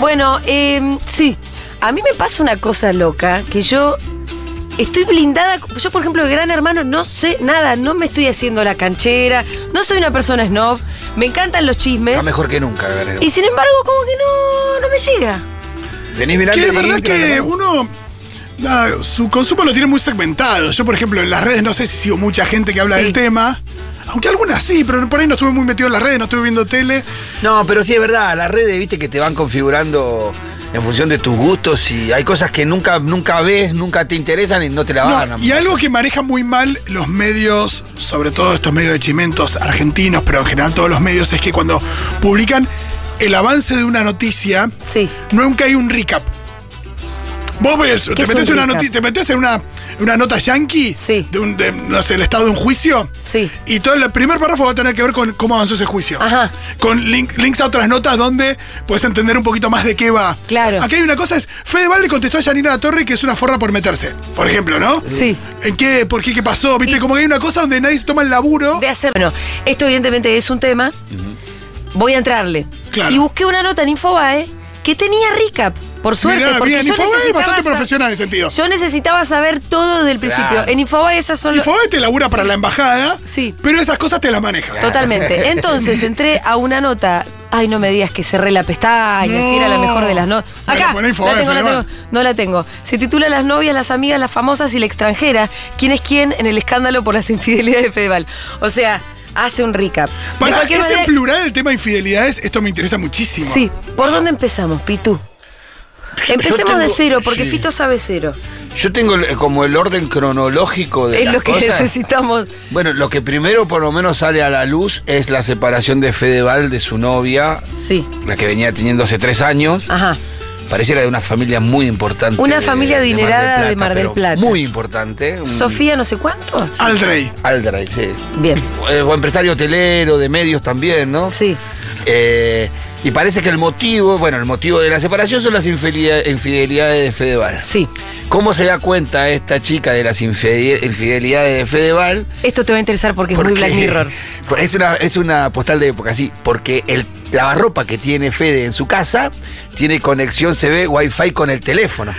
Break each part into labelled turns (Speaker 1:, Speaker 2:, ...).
Speaker 1: Bueno, eh, sí. A mí me pasa una cosa loca, que yo estoy blindada. Yo, por ejemplo, de Gran Hermano no sé nada, no me estoy haciendo la canchera, no soy una persona snob, me encantan los chismes.
Speaker 2: Está mejor que nunca, Gran Hermano.
Speaker 1: Y sin embargo, como que no, no me llega.
Speaker 2: Denis Villalba es
Speaker 3: Que la verdad
Speaker 2: Gran
Speaker 3: que
Speaker 2: Hermano.
Speaker 3: uno. nada, su consumo lo tiene muy segmentado. Yo, por ejemplo, en las redes no sé si sigo mucha gente que habla
Speaker 1: Sí.
Speaker 3: del tema. Aunque algunas sí, pero por ahí no estuve muy metido en las redes, no estuve viendo tele.
Speaker 2: No, pero sí es verdad, las redes, viste, que te van configurando en función de tus gustos y hay cosas que nunca, nunca ves, nunca te interesan y no te la
Speaker 3: Ah, No,
Speaker 2: van a
Speaker 3: y algo que manejan muy mal los medios, sobre todo estos medios de chimentos argentinos, pero en general todos los medios, es que cuando publican el avance de una noticia,
Speaker 1: Sí.
Speaker 3: nunca hay un recap. Vos ves,
Speaker 1: ¿Qué
Speaker 3: te
Speaker 1: es
Speaker 3: metes,
Speaker 1: un
Speaker 3: una
Speaker 1: recap?
Speaker 3: noti- te metés en una, una nota yankee
Speaker 1: Sí.
Speaker 3: de, un, de, no sé, el estado de un juicio.
Speaker 1: Sí.
Speaker 3: Y todo el primer párrafo va a tener que ver con cómo avanzó ese juicio.
Speaker 1: Ajá.
Speaker 3: Con link- links a otras notas donde puedes entender un poquito más de qué va.
Speaker 1: Claro.
Speaker 3: Aquí hay una cosa, es Fedeval le contestó a Yanina La Torre que es una forra por meterse, por ejemplo, ¿no?
Speaker 1: Sí.
Speaker 3: ¿En qué? ¿Por qué? ¿Qué pasó? Viste,
Speaker 1: Y-
Speaker 3: como que hay una cosa donde nadie se toma el laburo.
Speaker 1: de hacer. Bueno, esto evidentemente es un tema. Voy a entrarle.
Speaker 3: Claro.
Speaker 1: Y busqué una nota en Infobae que tenía recap, por suerte.
Speaker 3: Mirá,
Speaker 1: porque
Speaker 3: bien,
Speaker 1: yo
Speaker 3: Infobae es
Speaker 1: necesitaba
Speaker 3: bastante
Speaker 1: sa-
Speaker 3: profesional en ese sentido.
Speaker 1: Yo necesitaba saber todo desde el principio.
Speaker 2: Claro.
Speaker 1: En Infobae esas son
Speaker 3: Y
Speaker 1: lo-
Speaker 3: Fobae te labura para
Speaker 1: Sí.
Speaker 3: la embajada,
Speaker 1: Sí.
Speaker 3: pero esas cosas te las maneja.
Speaker 1: Totalmente. Entonces entré a una nota. Ay, no me digas que cerré la pestaña,
Speaker 3: No.
Speaker 1: si era la mejor de las notas.
Speaker 3: Bueno,
Speaker 1: Acá,
Speaker 3: poné Infobae,
Speaker 1: la tengo, la
Speaker 3: Fedeval.
Speaker 1: tengo. No la tengo. Se titula Las novias, las amigas, las famosas y la extranjera. ¿Quién es quién en el escándalo por las infidelidades de Fedeval? O sea, hace un recap. De
Speaker 3: Pará,
Speaker 1: cualquier
Speaker 3: es
Speaker 1: manera-
Speaker 3: en plural el tema de infidelidades, esto me interesa muchísimo.
Speaker 1: Sí, ¿por dónde empezamos, Pitu?
Speaker 2: Yo- yo
Speaker 1: Empecemos de
Speaker 2: tengo-
Speaker 1: cero, porque
Speaker 2: sí.
Speaker 1: Fito sabe cero.
Speaker 2: Yo tengo el- como el orden cronológico de
Speaker 1: Es
Speaker 2: las
Speaker 1: lo que
Speaker 2: cosas.
Speaker 1: necesitamos.
Speaker 2: Bueno, lo que primero por lo menos sale a la luz es la separación de Fedeval de su novia,
Speaker 1: Sí,
Speaker 2: la que venía teniendo hace tres años.
Speaker 1: ajá.
Speaker 2: Pareciera de una familia muy importante.
Speaker 1: Ah. Una
Speaker 2: de-
Speaker 1: familia
Speaker 2: de Mar del
Speaker 1: adinerada
Speaker 2: Plata,
Speaker 1: de Mar del
Speaker 2: pero
Speaker 1: Plata.
Speaker 2: Muy importante. un-
Speaker 1: Sofía, no sé cuántos.
Speaker 3: Aldrey.
Speaker 2: Aldrey, sí.
Speaker 1: Bien,
Speaker 2: Eh, o empresario hotelero, de medios también, ¿no?
Speaker 1: sí.
Speaker 2: Eh, y parece que el motivo, bueno, el motivo de la separación son las infeli- infidelidades de Fedeval.
Speaker 1: Sí.
Speaker 2: ¿Cómo se da cuenta esta chica de las infide- infidelidades de Fedeval?
Speaker 1: Esto te va a interesar porque es muy
Speaker 2: Porque-
Speaker 1: Black Mirror.
Speaker 2: Por- Es una, es una postal de época, sí. Porque el lavarropa que tiene Fede en su casa tiene conexión, se ve wifi con el teléfono.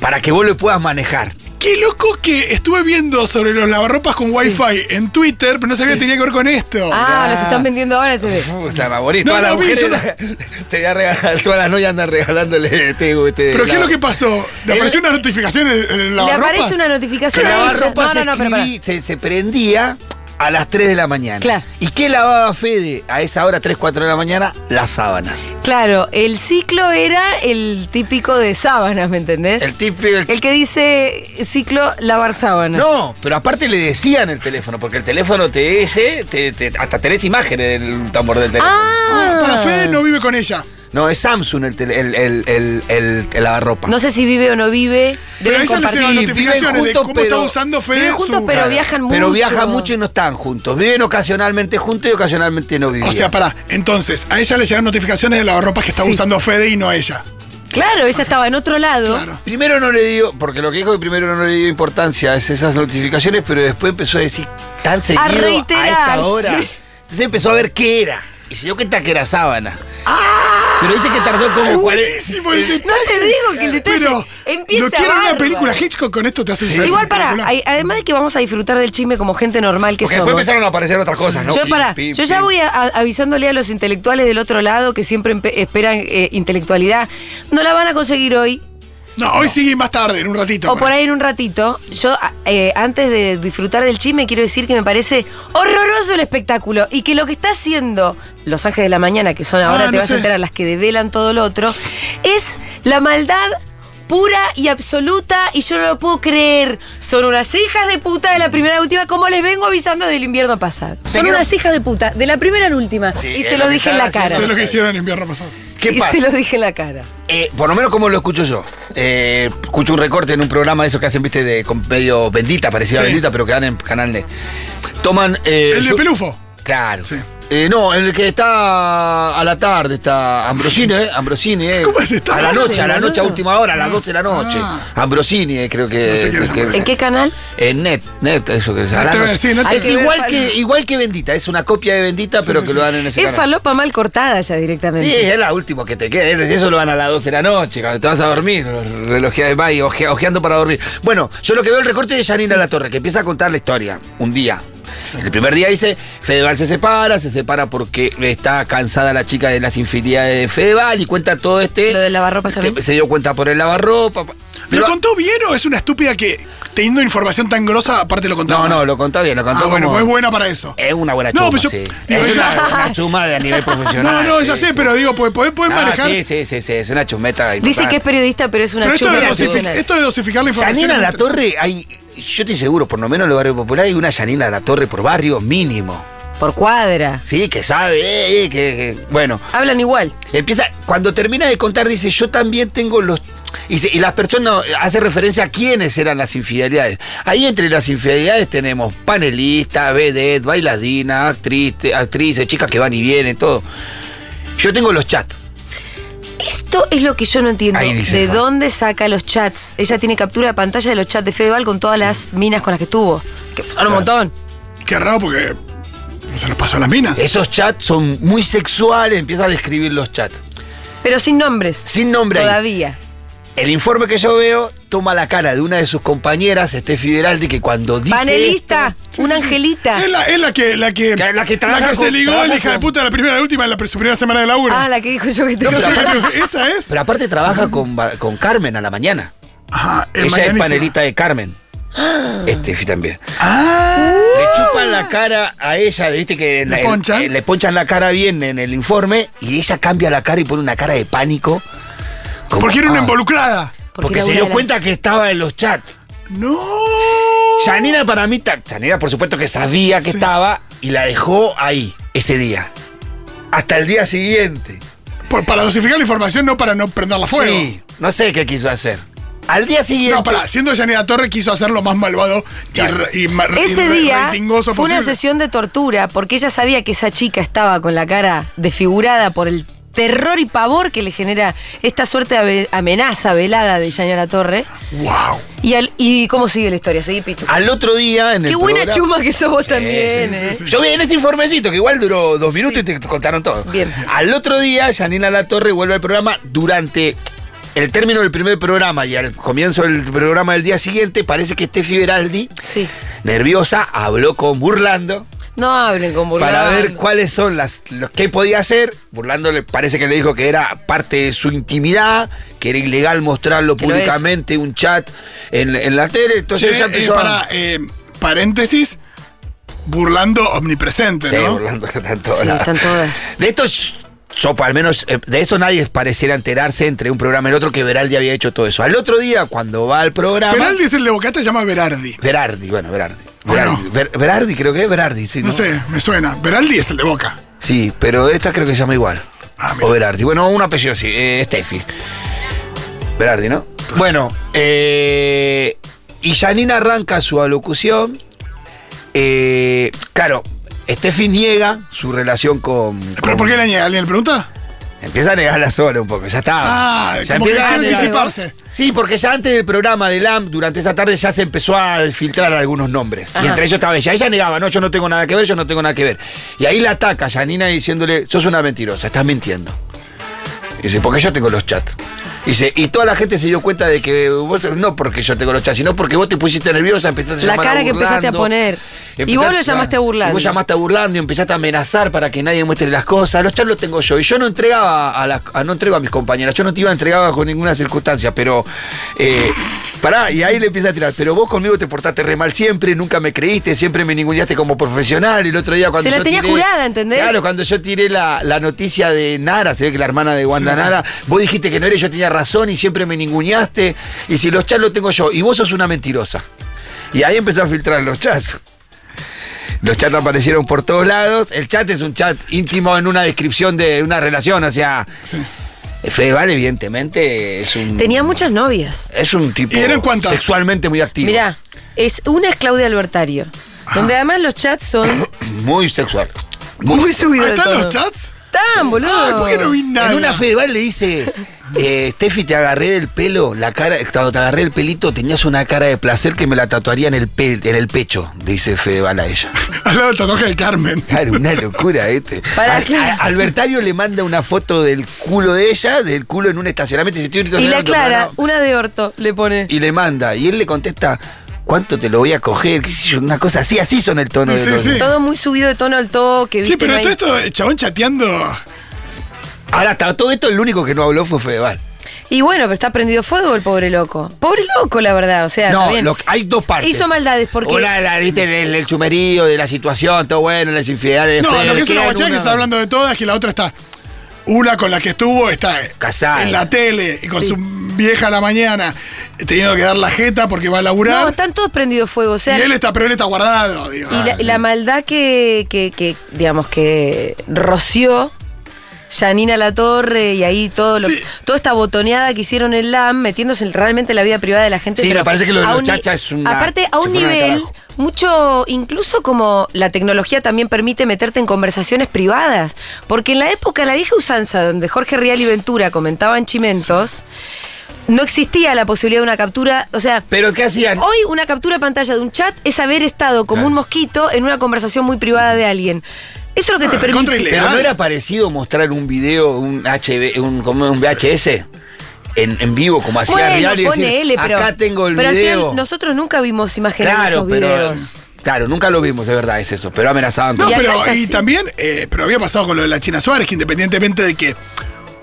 Speaker 2: Para que vos lo puedas manejar.
Speaker 3: Qué loco que estuve viendo sobre los lavarropas con
Speaker 1: Sí.
Speaker 3: wifi en Twitter, pero no sabía que tenía que ver con esto.
Speaker 1: Ah,
Speaker 2: mirá.
Speaker 1: los están vendiendo ahora, se ve.
Speaker 2: Uf, Está más bonito.
Speaker 3: No,
Speaker 2: Todas las
Speaker 3: no, vi,
Speaker 2: mujeres
Speaker 3: yo no-
Speaker 2: la- te voy a regalar, todas las novias andan regalándole este, este
Speaker 3: pero ¿qué es
Speaker 2: lava-
Speaker 3: lo que pasó? ¿Le
Speaker 2: El-
Speaker 3: apareció una notificación en en el
Speaker 1: Le
Speaker 3: lavarropas?
Speaker 1: aparece una notificación
Speaker 2: El
Speaker 1: a ella.
Speaker 2: lavarropas
Speaker 1: No, no, no, pero pará.
Speaker 2: escribí- se, se prendía a las 3 de la mañana.
Speaker 1: Claro.
Speaker 2: ¿Y qué lavaba Fede a esa hora, 3, 4 de la mañana? Las sábanas.
Speaker 1: Claro, el ciclo era el típico de sábanas, ¿me entendés?
Speaker 2: El tipo. el-
Speaker 1: El que dice ciclo lavar sábanas.
Speaker 2: No, pero aparte le decían el teléfono, porque el teléfono te ese, te- te- hasta tenés imágenes del tambor del teléfono.
Speaker 1: Ah,
Speaker 3: Ah, para Fede no vive con ella.
Speaker 2: No, es Samsung el, tele- el, el, el, el- el lavarropa.
Speaker 1: No sé si vive o no vive.
Speaker 3: Pero
Speaker 1: Deben
Speaker 3: ahí sale
Speaker 1: compartir.
Speaker 3: las
Speaker 2: viven
Speaker 3: notificaciones de
Speaker 2: juntos,
Speaker 3: cómo
Speaker 2: pero-
Speaker 3: está usando Fede
Speaker 1: viven
Speaker 3: su-
Speaker 1: juntos, pero viajan mucho.
Speaker 2: Pero viajan mucho y no están juntos. Viven ocasionalmente juntos y ocasionalmente no viven.
Speaker 3: Ah, O sea, pará, entonces, a ella le llegan notificaciones de lavarropas que está
Speaker 1: Sí.
Speaker 3: usando Fede y no a ella.
Speaker 1: Claro, ella estaba en otro lado.
Speaker 3: Claro.
Speaker 2: Primero no le dio, porque lo que dijo que primero no le dio importancia es esas notificaciones, pero después empezó a decir tan seguido a
Speaker 1: reiterar,
Speaker 2: esta hora.
Speaker 1: sí.
Speaker 2: Entonces empezó a ver qué era. Y se dio cuenta que era sábana.
Speaker 1: Ah,
Speaker 2: Pero viste que tardó como 40.
Speaker 3: Buenísimo el detalle.
Speaker 1: No te digo que el detalle
Speaker 3: Pero
Speaker 1: empieza
Speaker 3: Lo quiero en una
Speaker 1: bárbaro.
Speaker 3: película Hitchcock con esto te hace sensación
Speaker 1: Igual para,
Speaker 3: espectacular.
Speaker 1: además de que vamos a disfrutar del chisme como gente normal que
Speaker 2: Porque
Speaker 1: somos.
Speaker 2: después empezaron a aparecer otras cosas, ¿no?
Speaker 1: yo
Speaker 2: Pim,
Speaker 1: pará,
Speaker 2: pim,
Speaker 1: yo ya
Speaker 2: pim.
Speaker 1: voy a- a- avisándole a los intelectuales del otro lado que siempre empe- esperan eh, intelectualidad. No la van a conseguir hoy
Speaker 3: No, hoy sigue más tarde, en un ratito.
Speaker 1: o por ahí en un ratito. Yo a- eh, antes de disfrutar del chisme quiero decir que me parece horroroso el espectáculo y que lo que está haciendo Los Ángeles de la Mañana, que son ahora
Speaker 3: Ah,
Speaker 1: te
Speaker 3: no
Speaker 1: vas
Speaker 3: sé.
Speaker 1: a enterar las que develan todo lo otro, es la maldad pura y absoluta y yo no lo puedo creer. Son unas hijas de puta de la primera a la última, como les vengo avisando del invierno pasado. Son
Speaker 2: quiero-
Speaker 1: unas hijas de puta de la primera a la última
Speaker 2: Sí,
Speaker 1: y
Speaker 2: es
Speaker 1: se
Speaker 2: lo
Speaker 1: lo
Speaker 2: que
Speaker 1: dije en
Speaker 2: estaba
Speaker 1: la cara.
Speaker 2: haciendo.
Speaker 3: Eso es lo que hicieron en invierno pasado.
Speaker 2: ¿Qué
Speaker 1: Y
Speaker 2: pasa?
Speaker 1: se lo dije en la cara.
Speaker 2: Eh, por lo menos como lo escucho yo. Eh, escucho un recorte en un programa de esos que hacen, viste, de con medio bendita, parecida a
Speaker 3: Sí.
Speaker 2: bendita, pero que dan en Canal Net. Toman. eh,
Speaker 3: El de
Speaker 2: su-
Speaker 3: Pelufo.
Speaker 2: Claro.
Speaker 3: Sí.
Speaker 2: Eh, no, en el que está a la tarde, está Ambrosini, ¿eh? Ambrosini, ¿eh?
Speaker 3: ¿Cómo es esta
Speaker 2: A la
Speaker 1: serie?
Speaker 2: noche, a la noche, a última hora, a las 12 de la noche.
Speaker 3: Ah.
Speaker 2: Ambrosini, eh, creo que.
Speaker 3: No sé quién es
Speaker 2: que-
Speaker 1: ¿En
Speaker 3: Ambrosini. Ah,
Speaker 1: qué canal?
Speaker 2: en Net, Net, eso que se
Speaker 3: No
Speaker 2: llama.
Speaker 3: te voy a decir, no te-
Speaker 2: es
Speaker 1: Hay que ver
Speaker 2: igual
Speaker 1: Fal-
Speaker 2: que, igual que Bendita, es una copia de Bendita, pero
Speaker 3: sí,
Speaker 2: que
Speaker 3: sí.
Speaker 2: lo dan en ese
Speaker 1: Es
Speaker 2: canal.
Speaker 1: falopa mal cortada ya
Speaker 2: Sí,
Speaker 1: directamente.
Speaker 2: es la última que te queda. Eso lo van a las 12 de la noche, cuando te vas a dormir. Relojea de y oje- ojeando para dormir. Bueno, yo lo que veo el recorte de Janina La Torre, que empieza a contar la historia. Un día. El primer día dice, Fedeval se separa, se separa porque está cansada la chica de las infidelidades de Fedeval y cuenta todo este...
Speaker 1: Lo del lavarropas
Speaker 2: este,
Speaker 1: también.
Speaker 2: Se dio cuenta por el lavarropa.
Speaker 3: ¿Lo
Speaker 2: Pero-
Speaker 3: contó bien o es una estúpida que, teniendo información tan grosa, aparte lo contaba?
Speaker 2: no, no, lo contó bien, lo
Speaker 3: Ah,
Speaker 2: contó
Speaker 3: bueno,
Speaker 2: como- Eh,
Speaker 3: pues es buena para eso.
Speaker 2: Es una buena chuma,
Speaker 3: No, pues yo-
Speaker 2: sí.
Speaker 3: digo,
Speaker 2: Es
Speaker 3: ella-
Speaker 2: una, una chuma de a nivel
Speaker 3: No,
Speaker 2: profesional.
Speaker 3: no, ya
Speaker 2: ah, sí,
Speaker 3: sé,
Speaker 2: sí.
Speaker 3: pero digo, pues podés, podés
Speaker 2: Ah,
Speaker 3: manejar.
Speaker 2: sí, sí, sí, sí, es una chumeta.
Speaker 1: Dice que
Speaker 2: importante.
Speaker 1: es periodista, pero es una
Speaker 3: Pero esto
Speaker 1: chuma
Speaker 3: de,
Speaker 2: Mira,
Speaker 3: dosific-
Speaker 1: profesional.
Speaker 3: esto de dosificar la información.
Speaker 2: Yanina
Speaker 3: es
Speaker 2: La
Speaker 3: interesante.
Speaker 2: Torre, hay, yo estoy seguro, por lo menos en los barrios populares hay una Yanina La Torre por barrio mínimo.
Speaker 1: Por cuadra.
Speaker 2: Sí, que sabe, eh, eh, que, que- Bueno,
Speaker 1: Hablan igual.
Speaker 2: empieza, cuando termina de contar, dice, yo también tengo los... Y, se- y las personas, hace referencia a quiénes eran las infidelidades. Ahí entre las infidelidades tenemos panelistas, vedettes, bailadinas, actriz, actrices, chicas que van y vienen, todo. Yo tengo los chats.
Speaker 1: Esto es lo que yo no entiendo.
Speaker 2: Ahí dice,
Speaker 1: ¿De
Speaker 2: Fa.
Speaker 1: dónde saca los chats? Ella tiene captura de pantalla de los chats de Fedeval con todas las minas con las que estuvo. Que son un montón.
Speaker 3: Qué raro porque no se nos pasó a las minas.
Speaker 2: Esos chats son muy sexuales, empieza a describir los chats.
Speaker 1: Pero sin nombres.
Speaker 2: Sin nombre ahí.
Speaker 1: Todavía.
Speaker 2: El informe que yo veo toma la cara de una de sus compañeras, Steffi Veraldi, que cuando dice.
Speaker 1: Panelista. una angelita.
Speaker 3: Es la, es la que, la que,
Speaker 2: Que- la que trabaja
Speaker 3: se
Speaker 2: con-
Speaker 3: ligó
Speaker 2: trabaja
Speaker 3: la hija de
Speaker 2: con-
Speaker 3: puta la primera, la última, la pr- su primera semana de laburo.
Speaker 1: Ah, la que dijo yo que te
Speaker 3: No, pero- esa es.
Speaker 2: Pero aparte trabaja con, Ba- con Carmen a la mañana.
Speaker 3: Ajá, el
Speaker 2: Ella es
Speaker 3: mañanísimo.
Speaker 2: panelista de Carmen. Steffi también.
Speaker 3: Ah,
Speaker 2: Le chupan la cara a ella, viste que
Speaker 3: ¿Le
Speaker 2: la-
Speaker 3: ponchan?
Speaker 2: eh, le ponchan la cara bien en el informe y ella cambia la cara y pone una cara de pánico. como,
Speaker 3: porque era una
Speaker 2: ah,
Speaker 3: involucrada.
Speaker 2: porque se dio cuenta que estaba en los chats.
Speaker 3: No.
Speaker 2: Yanina para mí, ta- Yanina por supuesto que sabía que
Speaker 3: Sí.
Speaker 2: estaba y la dejó ahí ese día. Hasta el día siguiente.
Speaker 3: Por- para dosificar la información, no para no prenderla a fuego.
Speaker 2: Sí, no sé qué quiso hacer. Al día siguiente.
Speaker 3: No, para, siendo Yanira Torre quiso hacer lo más malvado y,
Speaker 2: Claro.
Speaker 3: re- y ma- y
Speaker 1: Ese
Speaker 3: re-
Speaker 1: día
Speaker 3: ratingoso
Speaker 1: fue una
Speaker 3: posible.
Speaker 1: sesión de tortura porque ella sabía que esa chica estaba con la cara desfigurada por el terror y pavor que le genera esta suerte de ave- amenaza velada de Yanira La Torre.
Speaker 3: Wow.
Speaker 1: Y, al- y cómo sigue la historia, seguí Pitu.
Speaker 2: Al otro día Ah, en el
Speaker 1: Qué buena
Speaker 2: programa-
Speaker 1: chuma que sos vos
Speaker 2: Sí,
Speaker 1: también,
Speaker 2: sí, sí,
Speaker 1: ¿eh?
Speaker 2: sí. Yo vi en ese informecito que igual duró dos minutos y te contaron todo.
Speaker 1: Bien.
Speaker 2: Al otro día, Yanina La Torre vuelve al programa durante el término del primer programa y al comienzo del programa del día siguiente. Parece que Steffi Beraldi,
Speaker 1: Sí.
Speaker 2: nerviosa, habló con Burlando.
Speaker 1: No hablen con burlando.
Speaker 2: para ver cuáles son las lo que podía hacer. Burlando le parece que le dijo que era parte de su intimidad, que era ilegal mostrarlo
Speaker 1: Que lo es.
Speaker 2: públicamente, un chat en, en la tele. Entonces
Speaker 3: Che,
Speaker 2: ella
Speaker 3: eh,
Speaker 2: empezó
Speaker 3: para,
Speaker 2: a.
Speaker 3: eh, paréntesis, burlando omnipresente,
Speaker 2: Sí,
Speaker 3: ¿no?
Speaker 2: Burlando está en todos
Speaker 1: Sí,
Speaker 2: lados.
Speaker 1: están todas.
Speaker 2: De estos. Sopa, al menos eh, de eso nadie pareciera enterarse entre un programa y el otro que Veraldi había hecho todo eso. Al otro día, cuando va al programa.
Speaker 3: Peraldi es el de Bocata, se llama Berardi.
Speaker 2: Verardi, bueno, Verardi.
Speaker 3: Bueno.
Speaker 2: Verardi, Ver- Verardi, creo que es Verardi, sí.
Speaker 3: No sé, me suena. Beraldi es el de Boca.
Speaker 2: Sí, pero esta creo que se llama igual.
Speaker 3: Ah, mira.
Speaker 2: o Berardi. Bueno, un apellido sí, eh, Steffi. Berardi, ¿no? Bueno, eh, y Janina arranca su alocución. Eh, claro, Steffi niega su relación con.
Speaker 3: ¿Pero
Speaker 2: con-
Speaker 3: por qué le niega? ¿Alguien le pregunta?
Speaker 2: Empieza a negarla sola un poco, ya está.
Speaker 3: Ah,
Speaker 2: ya
Speaker 3: como que
Speaker 2: empieza a
Speaker 3: quiere
Speaker 2: negar.
Speaker 3: anticiparse.
Speaker 2: Sí, porque ya antes del programa de LAM, durante esa tarde ya se empezó a filtrar algunos nombres. Y
Speaker 1: Ajá.
Speaker 2: entre ellos estaba ella. Ella negaba, no, yo no tengo nada que ver, yo no tengo nada que ver. Y ahí la ataca Yanina diciéndole, sos una mentirosa, estás mintiendo. Y dice, porque yo tengo los chats. Y dice, y toda la gente se dio cuenta de que vos, no porque yo tengo los chats, sino porque vos te pusiste nerviosa, empezaste a
Speaker 1: La
Speaker 2: llamar a
Speaker 1: cara que empezaste
Speaker 2: Burlando.
Speaker 1: a poner. Y vos lo llamaste a Burlando.
Speaker 2: Y vos llamaste a Burlando y empezaste a amenazar para que nadie muestre las cosas. Los chats los tengo yo. Y yo no entregaba a las, a- no entrego a mis compañeras. Yo no te iba a entregar bajo ninguna circunstancia, pero. eh, pará, y ahí le empieza a tirar. Pero vos conmigo te portaste re mal siempre, nunca me creíste, siempre me ninguneaste como profesional. El otro día cuando.
Speaker 1: Se la
Speaker 2: yo
Speaker 1: tenía
Speaker 2: tiré-
Speaker 1: jurada, ¿entendés?
Speaker 2: Claro, cuando yo tiré la, la noticia de Nara, se ve que la hermana de Wanda Nara, vos dijiste que no eres, yo tenía razón y siempre me ninguneaste. Y si los chats los tengo yo, y vos sos una mentirosa. Y ahí empezó a filtrar los chats. Los chats aparecieron por todos lados. El chat es un chat íntimo en una descripción de una relación. O sea, Fedeval, evidentemente, es un.
Speaker 1: Tenía muchas novias.
Speaker 2: Es un tipo.
Speaker 3: ¿Y eran cuántas?
Speaker 2: Sexualmente muy activo. Ah.
Speaker 1: Mirá, es, una es Claudia Albertario, donde además los chats son
Speaker 2: Muy sexual.
Speaker 1: Muy subido.
Speaker 3: ¿Ah,
Speaker 1: de
Speaker 3: ¿Están
Speaker 1: tono.
Speaker 3: los chats?
Speaker 2: Ah,
Speaker 1: Están, boludo.
Speaker 3: Ay, ¿por qué no vi nada?
Speaker 2: En una Fedeval le dice, eh, Steffi, te agarré del pelo, la cara, cuando te agarré el pelito tenías una cara de placer que me la tatuaría en el, pe- en el pecho, dice Fedeval a ella.
Speaker 3: Al lado del tatuaje de Carmen.
Speaker 2: Claro, una locura este.
Speaker 1: Para,
Speaker 2: Al-
Speaker 1: claro.
Speaker 2: a- Albertario le manda una foto del culo de ella, del culo en un estacionamiento. dice, "Estoy en un
Speaker 1: Y la
Speaker 2: estacionamiento,
Speaker 1: Clara,
Speaker 2: hermano".
Speaker 1: una de orto, le pone.
Speaker 2: Y le manda, y él le contesta, ¿cuánto te lo voy a coger? ¿Qué sé yo? Una cosa así, así son el tono
Speaker 3: Sí,
Speaker 2: de los
Speaker 3: sí, sí.
Speaker 1: Todo muy subido de tono al toque, ¿viste?
Speaker 3: Sí, pero
Speaker 1: No hay-
Speaker 3: todo esto, el chabón chateando.
Speaker 2: Ahora, hasta todo esto, el único que no habló fue Fedeval.
Speaker 1: Y bueno, pero está prendido fuego el pobre loco. Pobre loco, la verdad, o sea,
Speaker 2: No,
Speaker 1: está bien.
Speaker 2: lo que- hay dos partes.
Speaker 1: Hizo maldades porque...
Speaker 2: Una, la, viste, el, el- el chumerío de la situación, todo bueno, las infidelidades.
Speaker 3: No,
Speaker 2: feas,
Speaker 3: lo que es una
Speaker 2: quedan
Speaker 3: guachada que
Speaker 2: una-
Speaker 3: está hablando de todas, que la otra está. Una con la que estuvo está eh,
Speaker 2: Casada.
Speaker 3: en la tele y con
Speaker 1: Sí.
Speaker 3: su vieja a la mañana eh, teniendo que dar la jeta porque va a laburar.
Speaker 1: No, están todos prendidos fuego, o sea...
Speaker 3: y él está, pero él está guardado, digo.
Speaker 1: y la, y la maldad que, que, que, digamos, que roció Janina La Torre y ahí todo lo,
Speaker 3: Sí.
Speaker 1: toda esta botoneada que hicieron el LAM, metiéndose en- realmente en la vida privada de la gente.
Speaker 2: Sí, me parece que lo de
Speaker 1: a
Speaker 2: los
Speaker 1: un ni-
Speaker 2: chachas es una-
Speaker 1: Aparte, a
Speaker 2: se
Speaker 1: un
Speaker 2: fueron al
Speaker 1: nivel
Speaker 2: carajo.
Speaker 1: mucho, incluso como la tecnología también permite meterte en conversaciones privadas. Porque en la época, la vieja usanza, donde Jorge Rial y Ventura comentaban chimentos, no existía la posibilidad de una captura, o sea...
Speaker 2: Pero ¿qué hacían?
Speaker 1: Hoy una captura de pantalla de un chat es haber estado como un mosquito en una conversación muy privada de alguien. Eso es lo que te
Speaker 3: Ah, contra
Speaker 1: permite.
Speaker 3: ilegal.
Speaker 2: Pero no era parecido mostrar un video, un, HB, un, como un VHS en, en vivo, como hacía Real y decir,
Speaker 1: ponele, pero,
Speaker 2: acá tengo el
Speaker 1: pero al final
Speaker 2: video.
Speaker 1: nosotros nunca vimos imágenes de
Speaker 2: claro,
Speaker 1: esos
Speaker 2: pero.
Speaker 1: videos.
Speaker 2: Claro, nunca lo vimos, de verdad, es eso. Pero amenazaban
Speaker 3: No,
Speaker 1: Y
Speaker 2: con.
Speaker 1: acá
Speaker 3: pero
Speaker 1: ya
Speaker 3: y
Speaker 1: sí.
Speaker 3: también, eh, pero había pasado con lo de la China Suárez, que independientemente de que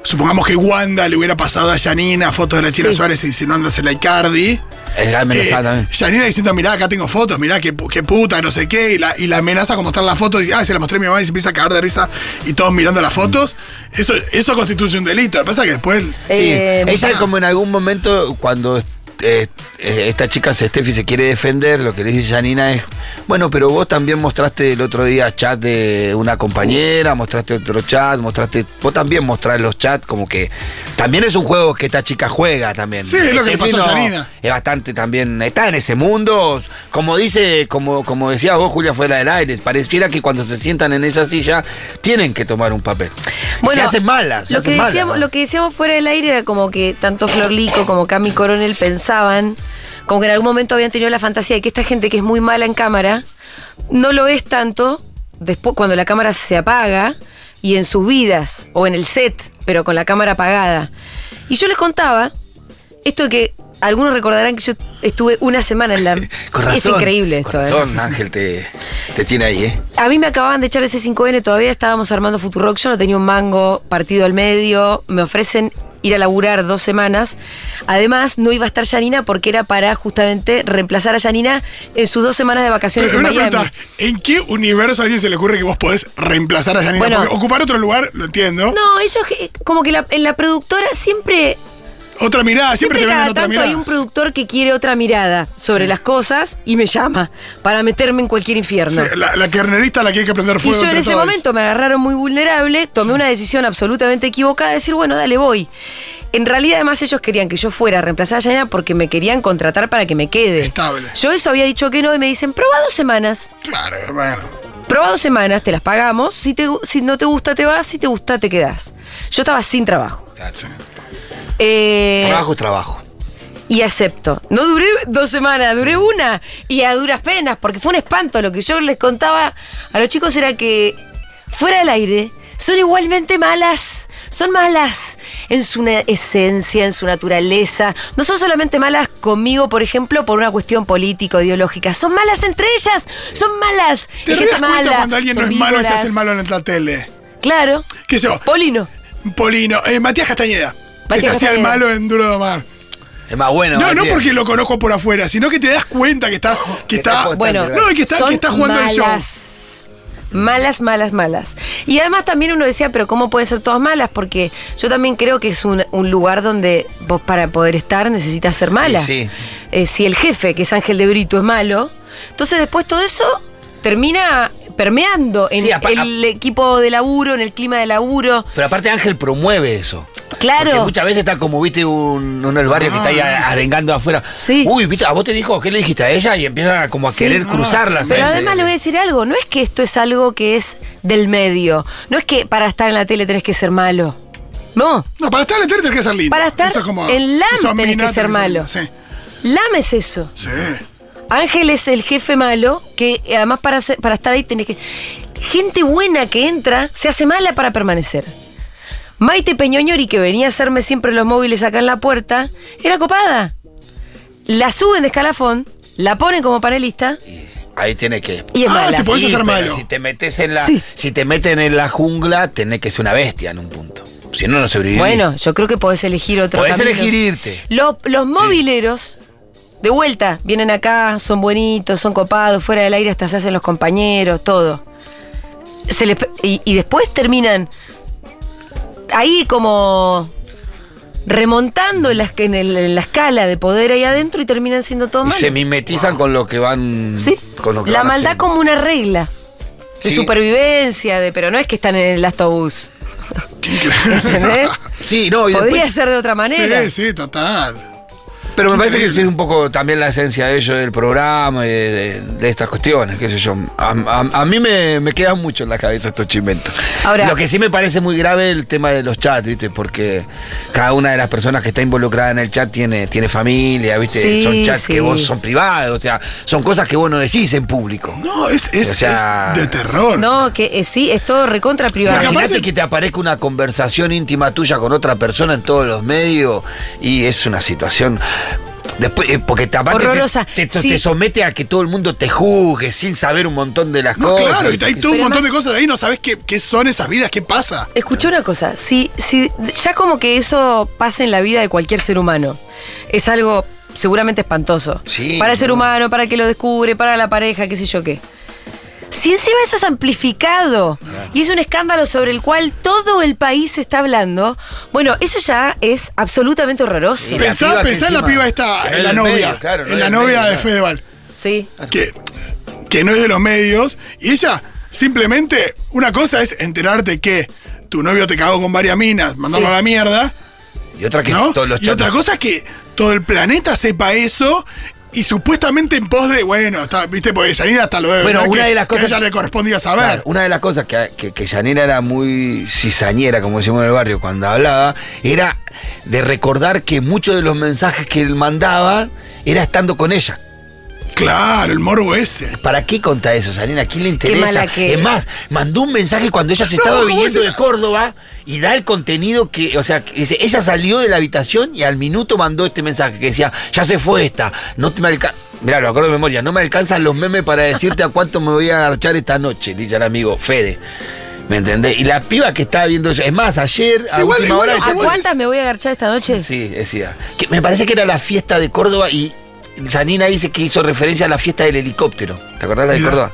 Speaker 3: supongamos que Wanda le hubiera pasado a Yanina fotos de la China
Speaker 1: Sí.
Speaker 3: Suárez insinuándose la Icardi.
Speaker 2: Eh, amenazaban
Speaker 3: Eh,
Speaker 2: también.
Speaker 3: Yanina diciendo, mirá, acá tengo fotos, mirá, qué, pu- qué puta, no sé qué, y la, y la amenaza con mostrar la foto, y, ah, se la mostré a mi mamá y se empieza a cagar de risa y todos mirando las fotos. Eso, eso constituye un delito. Lo que pasa es que después.
Speaker 2: Sí,
Speaker 1: Eh,
Speaker 2: ella como en algún momento cuando eh, eh, esta chica se- Steffi se quiere defender, lo que le dice Janina es, bueno, pero vos también mostraste el otro día chat de una compañera, mostraste otro chat, mostraste, vos también mostrás los chats, como que también es un juego que esta chica juega también.
Speaker 3: Sí, es lo que le
Speaker 2: Steffi
Speaker 3: pasó a Janina.
Speaker 2: Es bastante también, está en ese mundo, como dice, como, como decías vos, Julia, fuera del aire, pareciera que cuando se sientan en esa silla tienen que tomar un papel. Y se hacen malas. se
Speaker 1: lo,
Speaker 2: hacen
Speaker 1: que
Speaker 2: malas,
Speaker 1: decíamos,
Speaker 2: ¿no?
Speaker 1: lo que decíamos fuera del aire era como que tanto Florlico como Cami Coronel pensaban, como que en algún momento habían tenido la fantasía de que esta gente que es muy mala en cámara, no lo es tanto después cuando la cámara se apaga y en sus vidas o en el set, pero con la cámara apagada. Y yo les contaba esto de que algunos recordarán que yo estuve una semana en la...
Speaker 2: Con razón.
Speaker 1: es increíble esto.
Speaker 2: Con
Speaker 1: ¿eh?
Speaker 2: razón, Ángel te, te tiene ahí, ¿eh?
Speaker 1: A mí me acababan de echar ese 5N, todavía estábamos armando Futurock, yo no tenía un mango, partido al medio, me ofrecen ir a laburar dos semanas. Además, no iba a estar Yanina porque era para justamente reemplazar a Yanina en sus dos semanas de vacaciones
Speaker 3: Pero
Speaker 1: en
Speaker 3: una
Speaker 1: Miami.
Speaker 3: pregunta, ¿en qué universo a alguien se le ocurre que vos podés reemplazar a Yanina?
Speaker 1: Bueno.
Speaker 3: Porque ocupar otro lugar, lo entiendo.
Speaker 1: No, ellos que- como que la- en la productora siempre
Speaker 3: Otra mirada, Ah,
Speaker 1: Siempre
Speaker 3: siempre, te venden
Speaker 1: cada
Speaker 3: otra
Speaker 1: tanto
Speaker 3: mirada.
Speaker 1: hay un productor que quiere otra mirada sobre las cosas y me llama para meterme en cualquier infierno.
Speaker 3: Sí, la, la carnerista a la que hay que prender
Speaker 1: Y
Speaker 3: fuego.
Speaker 1: yo en
Speaker 3: entre
Speaker 1: ese
Speaker 3: todos.
Speaker 1: momento me agarraron muy vulnerable, tomé una decisión absolutamente equivocada de decir, bueno, dale, voy. En realidad, además, ellos querían que yo fuera a reemplazar a Yanina porque me querían contratar para que me quede.
Speaker 3: Estable.
Speaker 1: Yo eso había dicho que no y me dicen, probá dos semanas.
Speaker 3: Claro, bueno.
Speaker 1: Probá dos semanas, te las pagamos. Si, te, si no te gusta, te vas. Si te gusta, te quedás. Yo estaba sin trabajo.
Speaker 3: sí.
Speaker 1: Eh,
Speaker 2: Trabajo es trabajo.
Speaker 1: y acepto. No duré dos semanas, duré una y a duras penas, porque fue un espanto. Lo que yo les contaba a los chicos era que fuera del aire son igualmente malas. Son malas en su na- esencia, en su naturaleza. No son solamente malas conmigo, por ejemplo, por una cuestión político ideológica. Son malas entre ellas. Son malas.
Speaker 3: ¿Te
Speaker 1: Es gente
Speaker 3: das cuenta
Speaker 1: mala,
Speaker 3: cuando alguien no
Speaker 1: son
Speaker 3: es malo y se hace el
Speaker 1: víboras.
Speaker 3: malo en la tele?
Speaker 1: Claro.
Speaker 3: ¿Qué sé yo?
Speaker 1: Polino.
Speaker 3: Polino, eh, Matías Castañeda. que se
Speaker 1: Matías
Speaker 3: hacía el
Speaker 1: Castañeda.
Speaker 3: malo en Duro de Omar.
Speaker 2: Es más bueno.
Speaker 3: No, no
Speaker 2: Matías.
Speaker 3: porque lo conozco por afuera, sino que te das cuenta que está. Que
Speaker 2: está
Speaker 3: está
Speaker 2: puesto.
Speaker 1: Bueno,
Speaker 3: No, y que está-
Speaker 1: son
Speaker 3: que está jugando el show.
Speaker 1: malas. Malas, malas, malas. Y además también uno decía, pero ¿cómo pueden ser todas malas? Porque yo también creo que es un, un lugar donde vos para poder estar necesitas ser mala.
Speaker 2: Y sí.
Speaker 1: Eh, si el jefe, que es Ángel de Brito, es malo, entonces después todo eso termina permeando en
Speaker 2: Sí, apa-
Speaker 1: el equipo de laburo, en el clima de laburo.
Speaker 2: Pero aparte Ángel promueve eso.
Speaker 1: Claro. Ah.
Speaker 2: Porque muchas veces está como, viste, un, uno del barrio que está ahí arengando afuera.
Speaker 1: Sí.
Speaker 2: Uy, viste, a vos te dijo, ¿qué le dijiste a ella? Y empieza como a
Speaker 1: Sí. Ah.
Speaker 2: querer cruzarla.
Speaker 1: Pero
Speaker 2: ¿sabes?
Speaker 1: además le voy a decir algo, no es que esto es algo que es del medio, no es que para estar en la tele tenés que ser malo. No,
Speaker 3: No, para estar en la tele tenés que ser lindo.
Speaker 1: para estar
Speaker 3: Eso es como-
Speaker 1: en
Speaker 3: si sos
Speaker 1: LAM tenés
Speaker 3: mina,
Speaker 1: que ser malo.
Speaker 3: linda. Sí.
Speaker 1: LAM es eso.
Speaker 3: Sí.
Speaker 1: Ángel es el jefe malo que eh, además para, ser- para estar ahí tenés que... Gente buena que entra se hace mala para permanecer. Maite Peñoñori, que venía a hacerme siempre los móviles acá en la puerta, era copada. La suben de escalafón, la ponen como panelista
Speaker 2: Ahí tiene que.
Speaker 1: y es
Speaker 3: Ah,
Speaker 1: mala.
Speaker 3: te podés
Speaker 2: Y,
Speaker 3: hacer
Speaker 2: pero
Speaker 3: malo.
Speaker 2: Si te metes en la.
Speaker 1: Sí.
Speaker 2: Si te meten en la jungla, tenés que ser una bestia en un punto. Si no, no sobrevivís.
Speaker 1: Bueno, yo creo que podés elegir otro
Speaker 2: Podés
Speaker 1: camino.
Speaker 2: elegir irte.
Speaker 1: Los, los mobileros, de vuelta, vienen acá, son buenitos, son copados, fuera del aire hasta se hacen los compañeros, todo. Se les pe- y, y después terminan ahí como remontando en, las, que- en, el- en la escala de poder ahí adentro y terminan siendo todos
Speaker 2: Y
Speaker 1: malos.
Speaker 2: se mimetizan con lo que van.
Speaker 1: Sí.
Speaker 2: Con lo que
Speaker 1: la
Speaker 2: van
Speaker 1: maldad
Speaker 2: haciendo.
Speaker 1: como una regla. De
Speaker 2: Sí.
Speaker 1: supervivencia, de, pero no es que están en el autobús. ¿Entendés?
Speaker 2: Sí, no, y
Speaker 1: Podría
Speaker 2: después-
Speaker 1: ser de otra manera.
Speaker 3: Sí, sí, total.
Speaker 2: Pero me parece que
Speaker 3: Increíble.
Speaker 2: es un poco también la esencia de ellos, del programa, y de, de- de estas cuestiones, qué sé yo. A, a- a mí me, me quedan mucho en la cabeza estos chimentos.
Speaker 1: Ahora-
Speaker 2: Lo que sí me parece muy grave el tema de los chats, ¿viste? Porque cada una de las personas que está involucrada en el chat tiene, tiene familia, ¿viste?
Speaker 1: Sí,
Speaker 2: son chats
Speaker 1: sí.
Speaker 2: que vos son privados, o sea, son cosas que vos no decís en público.
Speaker 3: No, es, es,
Speaker 2: O sea-
Speaker 3: es de terror.
Speaker 1: No, que eh, sí, es todo recontra privado.
Speaker 3: Porque
Speaker 2: Imagínate
Speaker 3: aparte-
Speaker 2: que te aparezca una conversación íntima tuya con otra persona en todos los medios y es una situación. Después, eh, porque te, aparte te-
Speaker 1: Horrorosa.
Speaker 2: Te, te
Speaker 1: Sí.
Speaker 2: somete a que todo el mundo te juzgue sin saber un montón de las
Speaker 3: No,
Speaker 2: cosas.
Speaker 3: claro, y hay todo un
Speaker 1: Pero
Speaker 3: montón de
Speaker 1: además-
Speaker 3: cosas de ahí, no sabes qué, qué son esas vidas, qué pasa.
Speaker 1: Escuché una cosa, si, si ya como que eso pasa en la vida de cualquier ser humano, es algo seguramente espantoso.
Speaker 2: Sí,
Speaker 1: para el ser
Speaker 2: no.
Speaker 1: humano, para el que lo descubre, para la pareja, qué sé yo qué. Si encima eso es amplificado y es un escándalo sobre el cual todo el país está hablando, bueno, eso ya es absolutamente horroroso.
Speaker 2: Y la
Speaker 3: Pensá,
Speaker 2: piba que
Speaker 3: pensá en la
Speaker 2: encima-
Speaker 3: piba esta,
Speaker 2: que no
Speaker 3: en la
Speaker 2: es del
Speaker 3: novia,
Speaker 2: medio, claro, no
Speaker 3: en
Speaker 2: es
Speaker 3: la
Speaker 2: del
Speaker 3: novia
Speaker 2: medio,
Speaker 3: de
Speaker 2: claro.
Speaker 3: Fedeval,
Speaker 1: Sí.
Speaker 3: que, que no es de los medios, y ella simplemente, una cosa es enterarte que tu novio te cagó con varias minas, mandándolo
Speaker 1: Sí.
Speaker 3: a la mierda,
Speaker 2: Y otra que
Speaker 3: ¿no?
Speaker 2: todos los
Speaker 3: y otra
Speaker 2: chatos-
Speaker 3: cosa es que todo el planeta sepa eso. Y supuestamente en pos de, bueno, está, viste, porque Yanira hasta luego.
Speaker 2: Bueno, una de las
Speaker 3: que a
Speaker 2: cosas-
Speaker 3: ella le correspondía saber.
Speaker 2: Claro, una de las cosas que, que, que Yanira era muy cizañera, como decimos en el barrio, cuando hablaba, era de recordar que muchos de los mensajes que él mandaba era estando con ella.
Speaker 3: Claro, el morbo ese.
Speaker 2: ¿Para qué conta eso, Sarina? ¿A quién le interesa?
Speaker 1: mala que-
Speaker 2: Es más, mandó un mensaje cuando ella se
Speaker 3: No,
Speaker 2: estaba
Speaker 3: ¿cómo
Speaker 2: viniendo
Speaker 3: es
Speaker 2: de
Speaker 3: esa?
Speaker 2: Córdoba y da el contenido que, o sea, que dice, ella salió de la habitación y al minuto mandó este mensaje que decía, ya se fue esta, no te me alcanza. Mirá, lo acuerdo de memoria, no me alcanzan los memes para decirte a cuánto me voy a agarchar esta noche, dice el amigo Fede. ¿Me entendés? Y la piba que estaba viendo eso, es más, ayer,
Speaker 3: Sí,
Speaker 2: a
Speaker 3: igual-
Speaker 2: última
Speaker 3: igual
Speaker 2: hora,
Speaker 3: es-
Speaker 1: ¿A
Speaker 2: ella-
Speaker 3: vos decís-
Speaker 1: cuántas me voy a agarchar esta noche?
Speaker 2: Sí, decía. Que me parece que era la fiesta de Córdoba y Janina dice que hizo referencia a la fiesta del helicóptero. ¿Te acordás la de
Speaker 3: Mirá.
Speaker 2: Córdoba?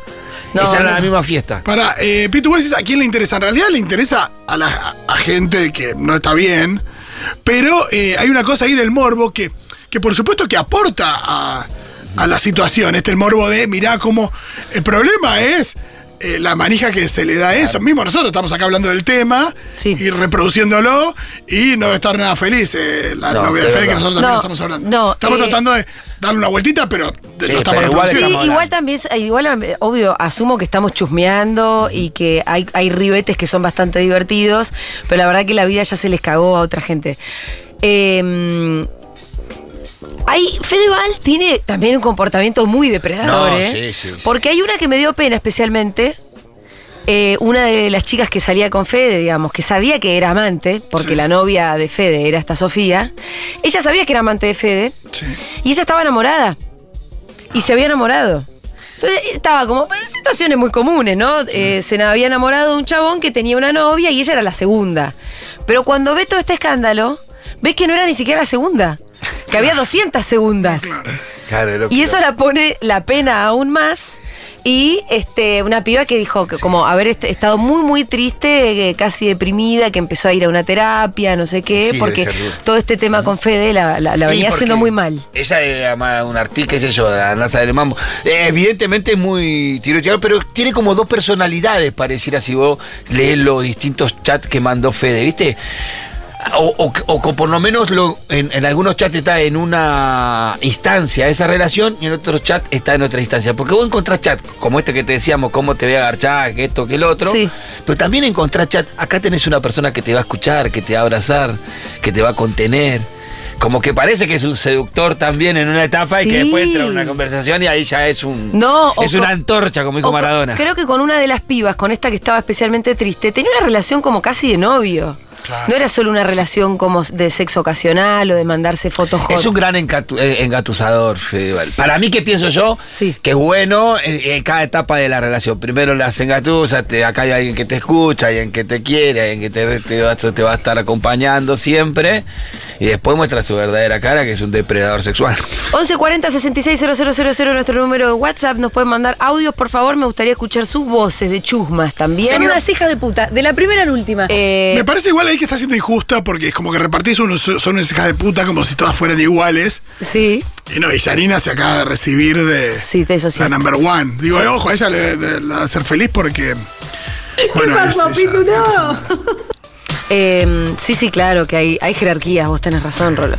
Speaker 1: No,
Speaker 2: Esa era
Speaker 1: no.
Speaker 2: la misma fiesta.
Speaker 3: Para, eh, Pitu, vos decís a quién le interesa. En realidad le interesa a la a- a gente que no está bien. Pero eh, hay una cosa ahí del morbo que, que por supuesto que aporta a, a la situación. Este el morbo de, mirá cómo. El problema es. eh, la manija que se le da a eso. Mismo nosotros estamos acá hablando del tema
Speaker 1: Sí.
Speaker 3: y reproduciéndolo y no estar nada feliz. eh, la
Speaker 2: No,
Speaker 3: novia de
Speaker 2: es
Speaker 3: Fede que
Speaker 2: verdad.
Speaker 3: nosotros también
Speaker 1: No,
Speaker 3: estamos hablando.
Speaker 1: no,
Speaker 3: estamos
Speaker 1: eh,
Speaker 3: tratando de darle una vueltita, pero de-
Speaker 2: Sí,
Speaker 3: no estamos
Speaker 2: pero igual
Speaker 1: Sí,
Speaker 3: reproduciendo.
Speaker 2: estamos
Speaker 1: igual
Speaker 2: hablando.
Speaker 1: también, igual eh, obvio, asumo que estamos chusmeando y que hay, hay ribetes que son bastante divertidos, pero la verdad que la vida ya se les cagó a otra gente. Eh, hay, Fedeval tiene también un comportamiento muy depredador,
Speaker 2: No,
Speaker 1: ¿eh?
Speaker 2: sí, sí, sí.
Speaker 1: Porque hay una que me dio pena especialmente, eh, una de las chicas que salía con Fede, digamos, que sabía que era amante, porque
Speaker 3: Sí.
Speaker 1: la novia de Fede era esta Sofía, ella sabía que era amante de Fede,
Speaker 3: Sí.
Speaker 1: y ella estaba enamorada. Y se había enamorado. Entonces estaba como pues, situaciones muy comunes, ¿no? Eh, se había enamorado de un chabón que tenía una novia y ella era la segunda. Pero cuando ve todo este escándalo, ve que no era ni siquiera la segunda, que había 200 segundas. Y eso la pone la pena aún más. Y este, una piba que dijo que como haber est- estado muy, muy triste, eh, casi deprimida, que empezó a ir a una terapia, no sé qué,
Speaker 2: Sí, debe
Speaker 1: porque
Speaker 2: ser duro.
Speaker 1: todo este tema con Fede la, la- la
Speaker 2: Y
Speaker 1: venía
Speaker 2: porque
Speaker 1: haciendo muy mal.
Speaker 2: Ella era un artista, qué sé yo, la NASA del mambo. Eh, evidentemente es muy tiroteador, pero tiene como dos personalidades, pareciera si vos lees los distintos chats que mandó Fede, ¿viste? o, o- o con- por lo menos lo- en, en algunos chats está en una instancia esa relación y en otros chats está en otra instancia. Porque vos encontrás chat, como este que te decíamos, cómo te voy a agarchar, que esto, que el otro.
Speaker 1: Sí.
Speaker 2: Pero también encontrás chat, acá tenés una persona que te va a escuchar, que te va a abrazar, que te va a contener. Como que parece que es un seductor también en una etapa y que
Speaker 1: Sí.
Speaker 2: después entra en una conversación y ahí ya es un.
Speaker 1: No, o
Speaker 2: es una
Speaker 1: co-
Speaker 2: antorcha, como dijo
Speaker 1: o co-
Speaker 2: Maradona.
Speaker 1: Creo que con una de las pibas, con esta que estaba especialmente triste, tenía una relación como casi de novio.
Speaker 3: Claro.
Speaker 1: No era solo una relación como de sexo ocasional o de mandarse fotos hot.
Speaker 2: Es un gran encatu- eh, engatusador, Fedeval. Para mí, ¿qué pienso yo?
Speaker 1: Sí.
Speaker 2: Que es bueno en, en cada etapa de la relación. Primero las engatusas, te- acá hay alguien que te escucha, alguien que te quiere, alguien que te, te va, te va a estar acompañando siempre. Y después muestra su verdadera cara, que es un depredador sexual.
Speaker 1: 1140 000 nuestro número de WhatsApp. Nos pueden mandar audios, por favor. Me gustaría escuchar sus voces de chusmas también.
Speaker 4: Son unas hijas de puta, de la primera a la última.
Speaker 1: Eh,
Speaker 3: Me parece igual ahí que está siendo injusta porque es como que repartís unos, son unas hijas de puta como si todas fueran iguales.
Speaker 1: sí,
Speaker 3: Y no, y Yanina se acaba de recibir de
Speaker 1: sí, te eso sí.
Speaker 3: la number one. Digo, eh, ojo, a ella le, le- la hace ser feliz porque. Bueno, es ella, canta
Speaker 1: Eh, sí, sí, claro, que hay, hay jerarquías, vos tenés razón, Rolo.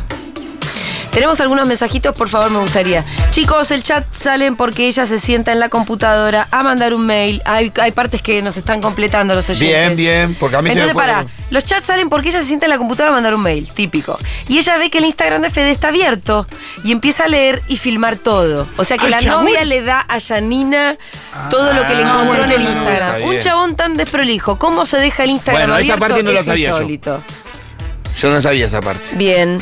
Speaker 1: Tenemos algunos mensajitos, por favor, me gustaría. Chicos, el chat salen porque ella se sienta en la computadora a mandar un mail. Hay, hay partes que nos están completando los oyentes.
Speaker 2: Bien, bien, porque a mí se me
Speaker 1: Entonces,
Speaker 2: puede-
Speaker 1: pará, los chats salen porque ella se sienta en la computadora a mandar un mail, típico. Y ella ve que el Instagram de Fede está abierto y empieza a leer y filmar todo. O sea que
Speaker 3: Ay,
Speaker 1: la
Speaker 3: chabón.
Speaker 1: novia le da a Yanina todo lo que le
Speaker 2: Ah,
Speaker 1: encontró
Speaker 2: bueno,
Speaker 1: en el
Speaker 2: no, no,
Speaker 1: Instagram.
Speaker 2: está
Speaker 1: un
Speaker 2: bien.
Speaker 1: chabón tan desprolijo, ¿cómo se deja el Instagram
Speaker 2: Bueno, esa
Speaker 1: abierto?
Speaker 2: parte no la
Speaker 1: es
Speaker 2: sabía yo.
Speaker 1: insólito.
Speaker 2: Yo no sabía esa parte.
Speaker 1: Bien.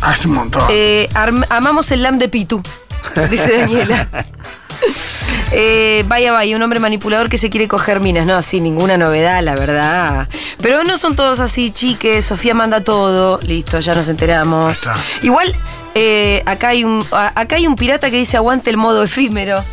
Speaker 3: Hace un montón.
Speaker 1: Eh, arm- amamos el LAM de Pitu, dice Daniela. Eh, vaya, vaya, un hombre manipulador que se quiere coger minas. No, sí, ninguna novedad, la verdad. Pero no son todos así, chiques. Sofía manda todo. Listo, ya nos enteramos.
Speaker 3: Ahí
Speaker 1: Igual, eh, acá, hay un, a- acá hay un pirata que dice aguante el modo efímero.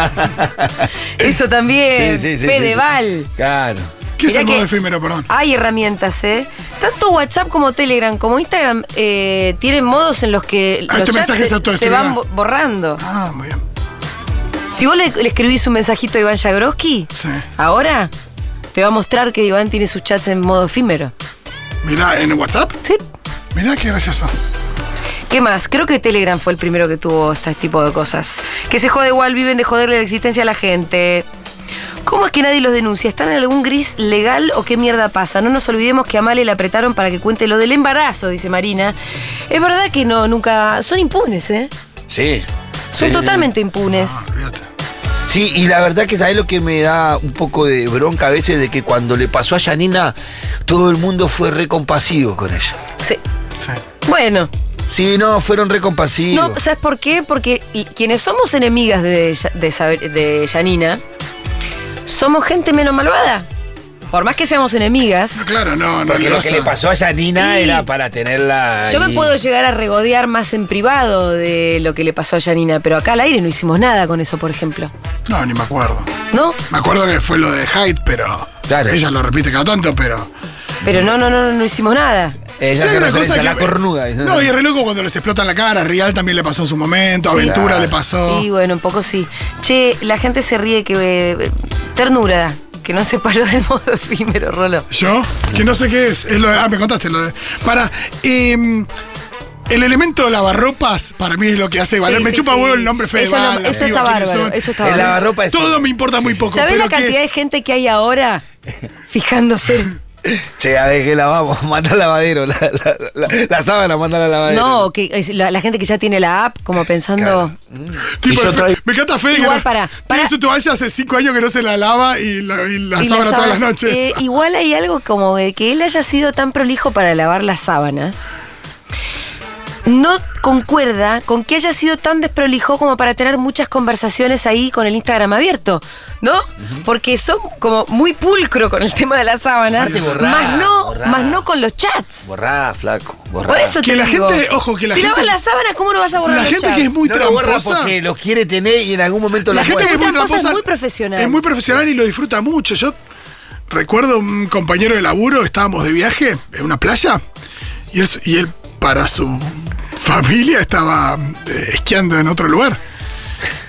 Speaker 2: Eh.
Speaker 1: Eso también. Fedeval.
Speaker 2: Claro.
Speaker 3: ¿Qué es
Speaker 1: mirá
Speaker 3: el modo
Speaker 1: que-
Speaker 3: efímero, perdón?
Speaker 1: Hay herramientas, ¿eh? Tanto WhatsApp como Telegram, como Instagram, eh, tienen modos en los que
Speaker 3: Ah,
Speaker 1: los
Speaker 3: este
Speaker 1: chats
Speaker 3: mensaje se
Speaker 1: se, se
Speaker 3: autodestruirá.
Speaker 1: van bo- borrando.
Speaker 3: Ah, muy bien.
Speaker 1: Si vos le, le escribís un mensajito a Iván Jagroski,
Speaker 3: Sí.
Speaker 1: ahora te va a mostrar que Iván tiene sus chats en modo efímero.
Speaker 3: Mirá, en WhatsApp.
Speaker 1: Sí.
Speaker 3: Mirá qué gracioso.
Speaker 1: ¿Qué más? Creo que Telegram fue el primero que tuvo este tipo de cosas. Que se jode igual, viven de joderle la existencia a la gente. ¿Cómo es que nadie los denuncia? ¿Están en algún gris legal o qué mierda pasa? No nos olvidemos que a Male le apretaron para que cuente lo del embarazo, dice Marina. Es verdad que no, nunca. Son impunes, ¿eh?
Speaker 2: Sí.
Speaker 1: Son
Speaker 2: Sí.
Speaker 1: totalmente impunes.
Speaker 3: Ah, olvídate.
Speaker 2: Sí, y la verdad que sabes lo que me da un poco de bronca a veces de que cuando le pasó a Yanina, todo el mundo fue re compasivo con ella.
Speaker 1: Sí.
Speaker 3: Sí.
Speaker 1: Bueno,
Speaker 2: Sí, no, fueron re compasivos.
Speaker 1: no, pues, ¿sabes por qué? Porque y- quienes somos enemigas de, Ya- de, Saber- de Janina, somos gente menos malvada. Por más que seamos enemigas.
Speaker 3: Claro, no, no
Speaker 2: Porque
Speaker 3: le
Speaker 2: lo
Speaker 3: vas
Speaker 2: que
Speaker 3: a-
Speaker 2: le pasó a Yanina
Speaker 1: Sí.
Speaker 2: era para tenerla.
Speaker 1: Yo me
Speaker 2: ahí.
Speaker 1: puedo llegar a regodear más en privado de lo que le pasó a Janina, pero acá al aire no hicimos nada con eso, por ejemplo.
Speaker 3: No, ni me acuerdo.
Speaker 1: ¿No?
Speaker 3: Me acuerdo que fue lo de Hyde, pero.
Speaker 2: Claro.
Speaker 3: Ella lo repite cada tanto, pero.
Speaker 1: Pero no, no, no, no hicimos nada.
Speaker 2: Ella
Speaker 3: Sí,
Speaker 2: se
Speaker 3: hay una
Speaker 2: referencia
Speaker 3: cosa
Speaker 2: a la
Speaker 3: que-
Speaker 2: cornuda.
Speaker 3: No, y es re loco cuando les explotan la cara. Rial también le pasó en su momento.
Speaker 1: Sí.
Speaker 3: Aventura
Speaker 2: Claro.
Speaker 3: le pasó.
Speaker 1: Y bueno, un poco sí. Che, la gente se ríe que. eh, ternura, que no se paró del modo efímero, Rolo.
Speaker 3: Yo, que no sé qué es. es lo de- ah, me contaste lo de. Para. em, el elemento de lavarropas para mí es lo que hace valer.
Speaker 1: Sí,
Speaker 3: me
Speaker 1: sí,
Speaker 3: chupa
Speaker 1: sí.
Speaker 3: huevo el nombre Fede.
Speaker 1: Eso, no-
Speaker 3: Bala,
Speaker 1: eso está
Speaker 3: digo, ¿quiénes
Speaker 1: bárbaro,
Speaker 3: son?
Speaker 1: eso está
Speaker 2: El
Speaker 1: bárbaro.
Speaker 2: lavarropa es.
Speaker 3: Todo me importa muy poco.
Speaker 1: ¿Sabés
Speaker 3: pero
Speaker 1: la cantidad de
Speaker 3: que,
Speaker 1: gente que hay ahora fijándose?
Speaker 2: Che, a ver que la vamos, manda al lavadero. La, la, la, la sábana, manda al lavadero.
Speaker 1: No, que es la, la gente que ya tiene la app, como pensando.
Speaker 3: tipo,
Speaker 2: Y yo
Speaker 3: Fe-
Speaker 2: traigo-
Speaker 3: Me encanta Fede. que
Speaker 1: Igual,
Speaker 3: no-
Speaker 1: para- para-
Speaker 3: Tiene su toalla hace cinco años que no se la lava y la, y la
Speaker 1: y
Speaker 3: Ah, sábana
Speaker 1: las
Speaker 3: todas las
Speaker 1: sábanas.
Speaker 3: noches.
Speaker 1: Eh, igual hay algo como de que él haya sido tan prolijo para lavar las sábanas. No concuerda con que haya sido tan desprolijo como para tener muchas conversaciones ahí con el Instagram abierto, ¿no? Porque son como muy pulcro con el tema de las sábanas,
Speaker 2: Aparte, borrá,
Speaker 1: más no,
Speaker 2: borrá.
Speaker 1: más no con los chats.
Speaker 2: Borrá, flaco. Borrá.
Speaker 1: Por eso
Speaker 3: Que
Speaker 1: te
Speaker 3: la
Speaker 1: digo,
Speaker 3: gente- ojo, que la
Speaker 1: si
Speaker 3: gente-
Speaker 1: lavas las sábanas, ¿cómo no vas a borrar
Speaker 3: la
Speaker 1: los
Speaker 3: gente
Speaker 1: chats?
Speaker 3: que es muy
Speaker 2: no lo borra
Speaker 3: tramposa.
Speaker 2: porque lo quiere tener y en algún momento
Speaker 1: La
Speaker 2: lo
Speaker 1: gente
Speaker 2: muestra.
Speaker 1: que- Esta cosa es
Speaker 3: tramposa
Speaker 1: muy profesional.
Speaker 3: Es muy profesional y lo disfruta mucho. Yo recuerdo un compañero de laburo, estábamos de viaje en una playa y él, y él para su familia estaba eh, esquiando en otro lugar.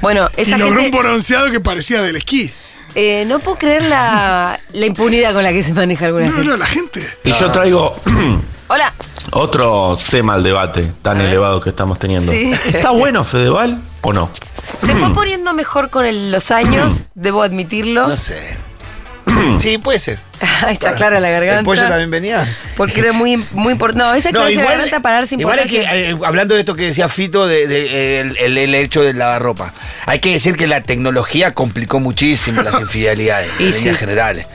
Speaker 1: Bueno, esa
Speaker 3: y logró
Speaker 1: gente
Speaker 3: un bronceado que parecía del esquí.
Speaker 1: Eh, no puedo creer la, la impunidad con la que se maneja alguna
Speaker 3: No,
Speaker 1: gente.
Speaker 3: no, la gente.
Speaker 5: Y yo traigo
Speaker 1: Hola.
Speaker 5: otro tema al debate tan elevado que estamos teniendo.
Speaker 1: Sí.
Speaker 5: ¿Está bueno Fedeval o no?
Speaker 1: Se
Speaker 3: Mm.
Speaker 1: fue poniendo mejor con el- los años, debo admitirlo.
Speaker 2: No sé. sí, puede ser.
Speaker 1: Ahí está clara la
Speaker 2: El pollo
Speaker 1: garganta.
Speaker 2: también venía.
Speaker 1: Porque era muy, muy importante. No, esa clase de garganta para darse
Speaker 2: igual es que,
Speaker 1: importancia.
Speaker 2: eh, hablando de esto que decía Fito, de, de- el, el- el hecho del lavarropa, hay que decir que la tecnología complicó muchísimo las infidelidades
Speaker 1: Y
Speaker 2: en
Speaker 1: sí.
Speaker 2: líneas generales.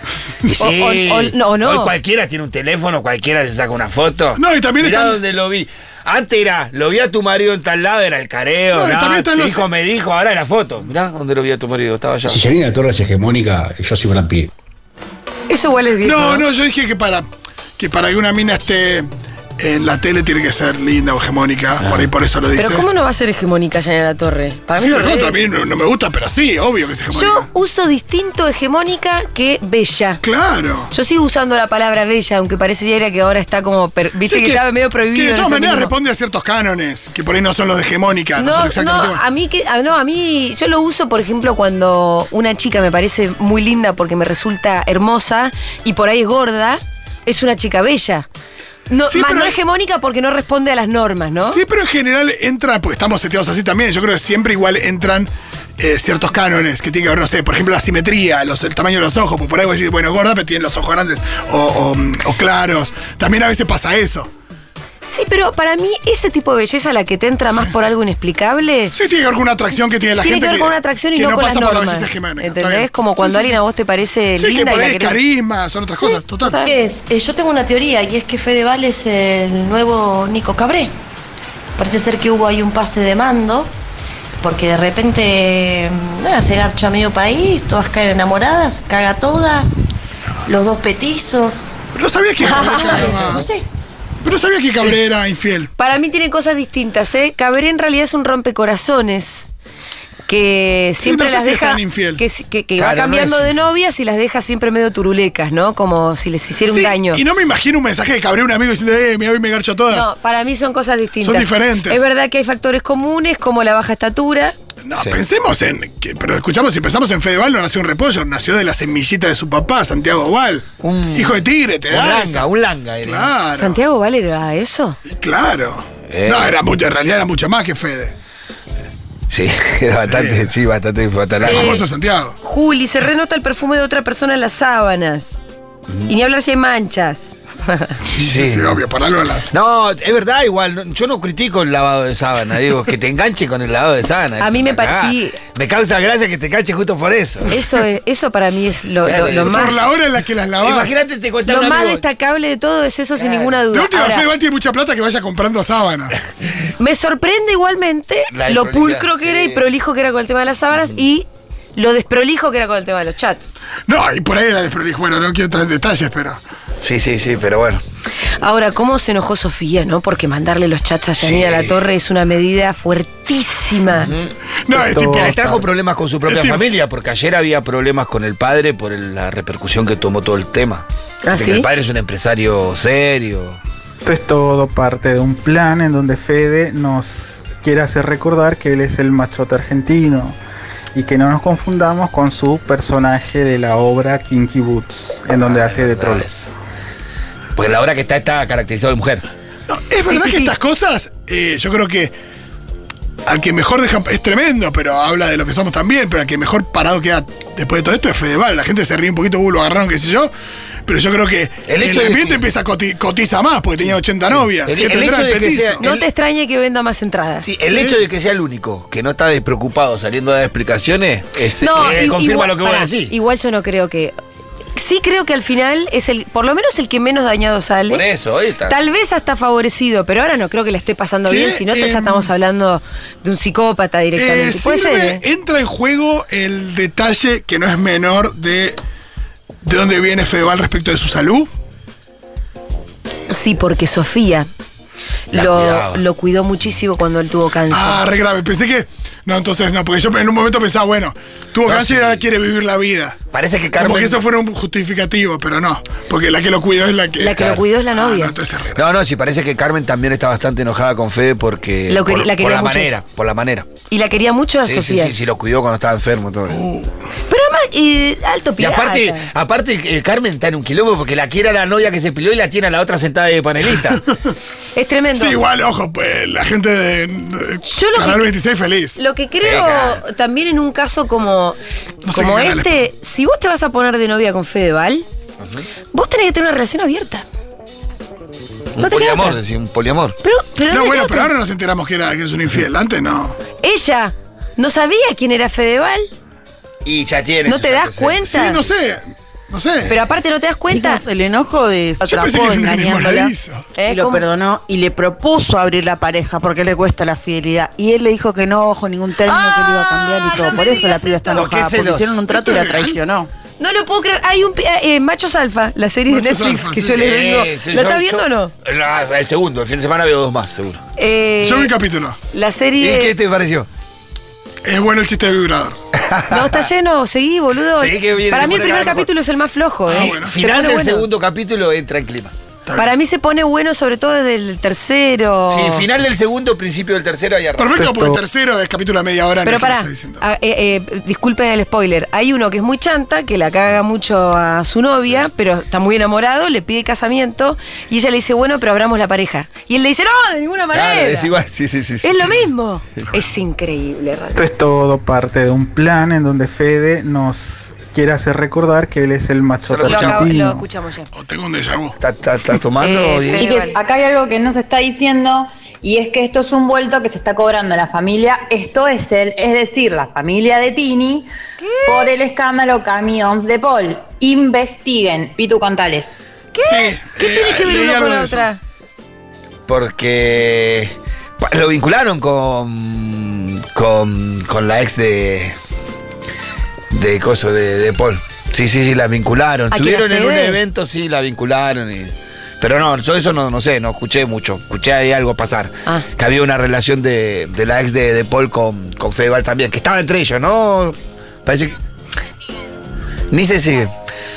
Speaker 2: Y
Speaker 1: O-
Speaker 2: sí,
Speaker 1: o- o- no, o no.
Speaker 2: hoy cualquiera tiene un teléfono, cualquiera se saca una foto.
Speaker 3: No, y también
Speaker 2: Mirá
Speaker 3: están-
Speaker 2: donde lo vi. Antes era, lo vi a tu marido en tal lado, era el careo.
Speaker 3: No,
Speaker 2: No,
Speaker 3: y también están
Speaker 2: tu
Speaker 3: los-
Speaker 2: hijo me dijo, ahora es la foto. Mirá donde lo vi a tu marido, estaba allá.
Speaker 6: Si Janina Torres es hegemónica, yo soy Brad Pitt.
Speaker 1: Eso igual es viejo.
Speaker 3: No, no, yo dije que para que para que una mina esté en la tele tiene que ser linda o hegemónica. Por ahí por eso lo dice.
Speaker 1: Pero ¿cómo no va a ser hegemónica Yanina La Torre? Para mí
Speaker 3: Sí,
Speaker 1: lo
Speaker 3: pero no,
Speaker 1: re es.
Speaker 3: también no, no me gusta, pero sí, obvio que es hegemónica.
Speaker 1: Yo uso distinto hegemónica que bella.
Speaker 3: Claro.
Speaker 1: Yo sigo usando la palabra bella, aunque parecería que ahora está como. per- Viste
Speaker 3: Sí,
Speaker 1: que, estaba medio prohibido.
Speaker 3: que de
Speaker 1: en el
Speaker 3: todas maneras
Speaker 1: feminismo.
Speaker 3: responde a ciertos cánones, que por ahí no son los de hegemónica, no, son
Speaker 1: No,
Speaker 3: exactamente
Speaker 1: no, ah,
Speaker 3: igual.
Speaker 1: a mí que, a- no, a mí yo lo uso, por ejemplo, cuando una chica me parece muy linda porque me resulta hermosa y por ahí es gorda, es una chica bella. No,
Speaker 3: Sí,
Speaker 1: más
Speaker 3: pero
Speaker 1: no
Speaker 3: hay-
Speaker 1: hegemónica porque no responde a las normas, ¿no?
Speaker 3: Sí, pero en general entra, porque estamos seteados así también, yo creo que siempre igual entran eh, ciertos cánones que tienen que ver, no sé, por ejemplo, la simetría, los, el tamaño de los ojos, porque por ahí vos decís, bueno, gorda, pero tiene los ojos grandes o, o, mm, o claros. También a veces pasa eso.
Speaker 1: Sí, pero para mí ese tipo de belleza, la que te entra más por algo inexplicable,
Speaker 3: Sí, tiene que ver con una atracción que tiene la
Speaker 1: tiene
Speaker 3: gente.
Speaker 1: que ver con una atracción y
Speaker 3: que
Speaker 1: no, con las
Speaker 3: pasa por la
Speaker 1: normas.
Speaker 3: belleza hegemónica, está bien.
Speaker 1: ¿Entendés? Como
Speaker 3: Sí,
Speaker 1: cuando
Speaker 3: sí,
Speaker 1: alguien
Speaker 3: sí.
Speaker 1: a vos te parece
Speaker 3: Sí, que
Speaker 1: linda y la
Speaker 3: podés,
Speaker 1: querés-
Speaker 3: carisma, son otras cosas, total.
Speaker 1: total.
Speaker 7: Es, eh, yo tengo una teoría y es que Fedeval es el nuevo Nico Cabré. Parece ser que hubo ahí un pase de mando, porque de repente mm, nada, se garcha medio país, todas caen enamoradas, caga todas, los dos petizos.
Speaker 3: Pero no sabía que
Speaker 7: No
Speaker 3: Cabrera.
Speaker 7: sé.
Speaker 3: pero no sabía que Cabrera infiel.
Speaker 1: Para mí tienen cosas distintas, ¿eh? Cabré en realidad es un rompecorazones que siempre
Speaker 3: no sé
Speaker 1: las
Speaker 3: si es
Speaker 1: deja
Speaker 3: tan infiel.
Speaker 1: que, si- que- que
Speaker 2: Claro,
Speaker 1: va
Speaker 2: no
Speaker 1: cambiando
Speaker 2: es-
Speaker 1: de novias y las deja siempre medio turulecas, ¿no? Como si les hiciera
Speaker 3: Sí,
Speaker 1: un daño.
Speaker 3: Y no me imagino un mensaje de Cabrera a un amigo diciendo, eh, mira, hoy me garcho toda.
Speaker 1: No, para mí son cosas distintas.
Speaker 3: Son diferentes.
Speaker 1: Es verdad que hay factores comunes como la baja estatura.
Speaker 3: No,
Speaker 2: Sí.
Speaker 3: pensemos en. que- pero escuchamos, si pensamos en Fedeval, no nació un repollo, nació de la semillita de su papá, Santiago Oval.
Speaker 2: Un-
Speaker 3: Hijo de tigre, te
Speaker 2: Un
Speaker 3: da.
Speaker 2: langa,
Speaker 3: esa-
Speaker 2: un langa. era.
Speaker 3: Claro.
Speaker 1: ¿Santiago Vale era eso?
Speaker 3: Claro.
Speaker 2: Eh.
Speaker 3: No, era mucho, en realidad era mucho más que Fede.
Speaker 2: Sí, era bastante, sí, bastante fatal.
Speaker 3: El
Speaker 1: Eh,
Speaker 3: famoso Santiago.
Speaker 1: Juli, se renota el perfume de otra persona en las sábanas. Y ni hablar si hay manchas.
Speaker 3: Sí, sí, obvio, para algo las.
Speaker 2: No, es verdad, igual. no- Yo no critico el lavado de sábana, digo, que te enganche con el lavado de sábana.
Speaker 1: A
Speaker 2: es
Speaker 1: mí me Eh,
Speaker 2: una
Speaker 1: pare-
Speaker 2: cagada.
Speaker 1: sí.
Speaker 2: Me causa gracia que te enganche justo por eso.
Speaker 1: Eso, es- eso para mí es lo, lo- lo
Speaker 2: Claro,
Speaker 1: más.
Speaker 3: Por la hora en la que las lavabas.
Speaker 2: Imagínate, te cuentan
Speaker 1: Lo
Speaker 2: un
Speaker 1: más
Speaker 2: amigo-
Speaker 1: destacable de todo es eso, sin
Speaker 2: Claro.
Speaker 1: ninguna
Speaker 3: De
Speaker 1: duda.
Speaker 3: última,
Speaker 1: Ahora,
Speaker 3: Fedeval tiene mucha plata que vaya comprando sábana.
Speaker 1: me sorprende igualmente
Speaker 2: La
Speaker 1: lo
Speaker 2: desprolijidad,
Speaker 1: pulcro que
Speaker 2: sí,
Speaker 1: era y
Speaker 2: es.
Speaker 1: prolijo que era con el tema de las sábanas y lo desprolijo que era con el tema de los chats.
Speaker 3: No, y por ahí era desprolijo. Bueno, no quiero entrar en detalles, pero.
Speaker 2: Sí, sí, sí, pero bueno.
Speaker 1: Ahora, ¿cómo se enojó Sofía, no? Porque mandarle los chats a Yanina
Speaker 2: Sí.
Speaker 1: La Torre es una medida fuertísima.
Speaker 3: No, es tipo.
Speaker 2: Le trajo problemas con su propia
Speaker 3: Este-
Speaker 2: familia, porque ayer había problemas con el padre por el- la repercusión que tomó todo el tema.
Speaker 1: ¿Ah,
Speaker 2: De que
Speaker 1: sí?
Speaker 2: El padre es un empresario serio.
Speaker 8: Esto es todo parte de un plan en donde Fede nos quiere hacer recordar que él es el machote argentino y que no nos confundamos con su personaje de la obra Kinky Boots, en donde
Speaker 2: Ah,
Speaker 8: hace de
Speaker 2: verdad
Speaker 8: troll.
Speaker 2: es. Porque la hora que está está caracterizado de mujer.
Speaker 3: No, es
Speaker 1: Sí,
Speaker 3: verdad
Speaker 1: sí,
Speaker 3: que
Speaker 1: sí.
Speaker 3: estas cosas, eh, yo creo que al que mejor deja, es tremendo, pero habla de lo que somos también, pero al que mejor parado queda después de todo esto es Fedeval. La gente se ríe un poquito, uh, lo agarraron, qué sé yo, pero yo creo que
Speaker 2: El hecho de
Speaker 3: ambiente
Speaker 2: que-
Speaker 3: empieza a coti- cotiza más, porque tenía 80 novias,
Speaker 2: El-
Speaker 3: siete
Speaker 2: el hecho
Speaker 3: trans,
Speaker 2: de que
Speaker 3: petizo.
Speaker 2: sea-
Speaker 1: No
Speaker 2: El-
Speaker 1: te extrañe que venda más entradas.
Speaker 2: Sí, el hecho de que sea el único que no está despreocupado saliendo a dar explicaciones es, eh,
Speaker 1: i-
Speaker 2: confirma lo que vos
Speaker 1: pará,
Speaker 2: decís.
Speaker 1: Igual yo no creo que. Sí creo que al final es el, por lo menos el que menos dañado sale.
Speaker 2: Por eso, ahí está.
Speaker 1: Tal vez hasta favorecido, pero ahora no creo que le esté pasando
Speaker 3: Sí,
Speaker 1: bien, si no te-
Speaker 2: eh,
Speaker 1: ya
Speaker 3: em,
Speaker 1: estamos hablando de un psicópata directamente.
Speaker 3: Eh,
Speaker 1: Puede
Speaker 3: sirve-
Speaker 1: ser. ¿eh?
Speaker 3: Entra en juego el detalle que no es menor de de dónde viene Fedeval respecto de su salud.
Speaker 1: Sí, porque Sofía
Speaker 2: La
Speaker 1: lo,
Speaker 2: cuidaba.
Speaker 1: lo cuidó muchísimo cuando él tuvo cáncer.
Speaker 3: Ah, re grave. Pensé que. No, entonces no, porque yo en un momento pensaba, bueno, tuvo
Speaker 2: No,
Speaker 3: cáncer y
Speaker 2: sí.
Speaker 3: ahora quiere vivir la vida.
Speaker 2: Parece que
Speaker 3: Como
Speaker 2: Carmen.
Speaker 3: que eso fuera un justificativo, pero no. Porque la que lo cuidó es la que.
Speaker 1: la que lo cuidó es la
Speaker 3: Ah,
Speaker 1: novia.
Speaker 3: no, entonces es re grave.
Speaker 2: No, no, sí, parece que Carmen también está bastante enojada con Fede porque.
Speaker 1: Lo que-
Speaker 2: por,
Speaker 1: la
Speaker 2: por
Speaker 1: quería
Speaker 2: la
Speaker 1: mucho.
Speaker 2: manera, por la manera.
Speaker 1: y la quería mucho a
Speaker 2: Sí, sí,
Speaker 1: Sofía. Uh,
Speaker 2: sí, sí, lo cuidó cuando estaba enfermo. Todo.
Speaker 1: Pero a tema eh, alto
Speaker 2: Y
Speaker 1: pirata.
Speaker 2: aparte, aparte eh, Carmen está en un quilombo porque la quiere a la novia que se peleó y la tiene a la otra sentada de panelista.
Speaker 1: es tremendo.
Speaker 3: Sí, igual, ojo, pues, la gente de, de
Speaker 1: Yo lo
Speaker 3: Canal
Speaker 1: que-
Speaker 3: 26 feliz.
Speaker 1: Lo que
Speaker 2: Sí,
Speaker 1: creo
Speaker 2: claro.
Speaker 1: también en un caso como,
Speaker 3: No sé
Speaker 1: como
Speaker 3: qué canales,
Speaker 1: este, si vos te vas a poner de novia con Fedeval, vos tenés que tener una relación abierta.
Speaker 2: un
Speaker 1: No te queda
Speaker 2: poliamor,
Speaker 1: otra.
Speaker 2: decía, un poliamor.
Speaker 1: Pero, pero
Speaker 3: No,
Speaker 1: te
Speaker 3: bueno,
Speaker 1: queda
Speaker 3: pero
Speaker 1: otra.
Speaker 3: ahora nos enteramos que era que es un infiel. Antes no.
Speaker 1: Ella no sabía quién era Fedeval,
Speaker 2: Y ya tiene.
Speaker 1: no
Speaker 2: sus
Speaker 1: te das
Speaker 2: antecedentes.
Speaker 1: cuenta.
Speaker 3: Sí, no sé. No sé.
Speaker 1: Pero aparte no te das cuenta.
Speaker 9: Chicos, el enojo de se
Speaker 3: Yo pensé
Speaker 9: atrapó
Speaker 3: que era un
Speaker 9: engañándola.
Speaker 3: enamoradizo.
Speaker 1: ¿Eh?
Speaker 9: y lo
Speaker 1: ¿Cómo?
Speaker 9: perdonó y le propuso abrir la pareja porque le cuesta la fidelidad. Y él le dijo que no bajo ningún término que le iba a cambiar
Speaker 1: Ah,
Speaker 9: y todo.
Speaker 1: no
Speaker 9: Por
Speaker 1: me
Speaker 9: eso la
Speaker 1: digas
Speaker 9: piba está
Speaker 1: esto.
Speaker 2: No, qué
Speaker 9: enojada. Porque
Speaker 2: celos.
Speaker 9: hicieron un trato y la traicionó.
Speaker 1: No lo puedo creer. Hay un pi- eh, Machos Alfa, la serie
Speaker 3: Machos
Speaker 1: de Netflix
Speaker 3: Alfa,
Speaker 1: que
Speaker 3: sí,
Speaker 1: yo
Speaker 3: sí.
Speaker 1: le vengo.
Speaker 2: Sí, sí,
Speaker 1: ¿Lo
Speaker 2: yo-
Speaker 1: estás viendo
Speaker 2: yo-
Speaker 1: o no?
Speaker 2: La- el segundo, el fin de semana veo dos más, seguro.
Speaker 1: Eh,
Speaker 3: Yo vi un capítulo.
Speaker 1: la
Speaker 2: ¿Y
Speaker 1: serie.
Speaker 2: qué te pareció?
Speaker 3: Es bueno el chiste del vibrador.
Speaker 1: No, está lleno, seguí, boludo.
Speaker 2: Seguí que viene,
Speaker 1: Para mí el
Speaker 2: se pone
Speaker 1: primer
Speaker 2: cada vez
Speaker 1: capítulo es el más flojo.
Speaker 2: Fi-
Speaker 1: ¿eh?
Speaker 3: bueno.
Speaker 1: Se
Speaker 2: Final
Speaker 1: pone
Speaker 2: del
Speaker 1: bueno.
Speaker 2: segundo capítulo entra en clima.
Speaker 1: Para mí se pone bueno, sobre todo desde el tercero.
Speaker 2: Sí, final del segundo, principio del tercero, ahí arranca.
Speaker 3: Perfecto, porque tercero es capítulo de media hora.
Speaker 1: Pero
Speaker 3: no es que me
Speaker 1: pará,
Speaker 3: está diciendo.
Speaker 1: ah, eh, eh, disculpen el spoiler. Hay uno que es muy chanta, que la caga mucho a su novia, pero está muy enamorado, le pide casamiento y ella le dice, bueno, pero abramos la pareja. Y él le dice, no, de ninguna manera.
Speaker 2: Claro, es igual, sí, sí, sí. sí.
Speaker 1: Es lo mismo. Es increíble, realmente.
Speaker 8: Esto es todo parte de un plan en donde Fede nos quiere hacer recordar que él es el macho
Speaker 2: Se lo
Speaker 1: Lo, acabo- lo
Speaker 8: argentino.
Speaker 1: escuchamos ya.
Speaker 3: O Oh, tengo un déjà vu.
Speaker 2: Está, está- está tomando
Speaker 1: Eh,
Speaker 2: bien.
Speaker 1: Fede.
Speaker 10: Chiques,
Speaker 1: Vale.
Speaker 10: acá hay algo que no se está diciendo y es que esto es un vuelto que se está cobrando la familia. Esto es él, es decir, la familia de Tini por el escándalo Camión de Paul. Investiguen, Pitu Contales.
Speaker 3: ¿Qué? Sí,
Speaker 1: ¿Qué
Speaker 3: eh,
Speaker 2: Ah,
Speaker 1: tiene que ver
Speaker 3: leí
Speaker 1: una
Speaker 3: algo
Speaker 1: con la
Speaker 3: de eso.
Speaker 1: otra?
Speaker 2: Porque pa- lo vincularon con, con, con la ex de de coso de, de Paul. Sí, sí, sí, la vincularon.
Speaker 1: ¿A quién,
Speaker 2: Estuvieron
Speaker 1: a
Speaker 2: en un
Speaker 1: Fede?
Speaker 2: evento, sí, la vincularon. y- pero no, yo eso no, no sé, no escuché mucho. Escuché ahí algo pasar.
Speaker 1: Ah.
Speaker 2: Que había una relación de, de la ex de, de Paul con, con Fedeval también, que estaba entre ellos, ¿no? Parece que... Ni se sigue.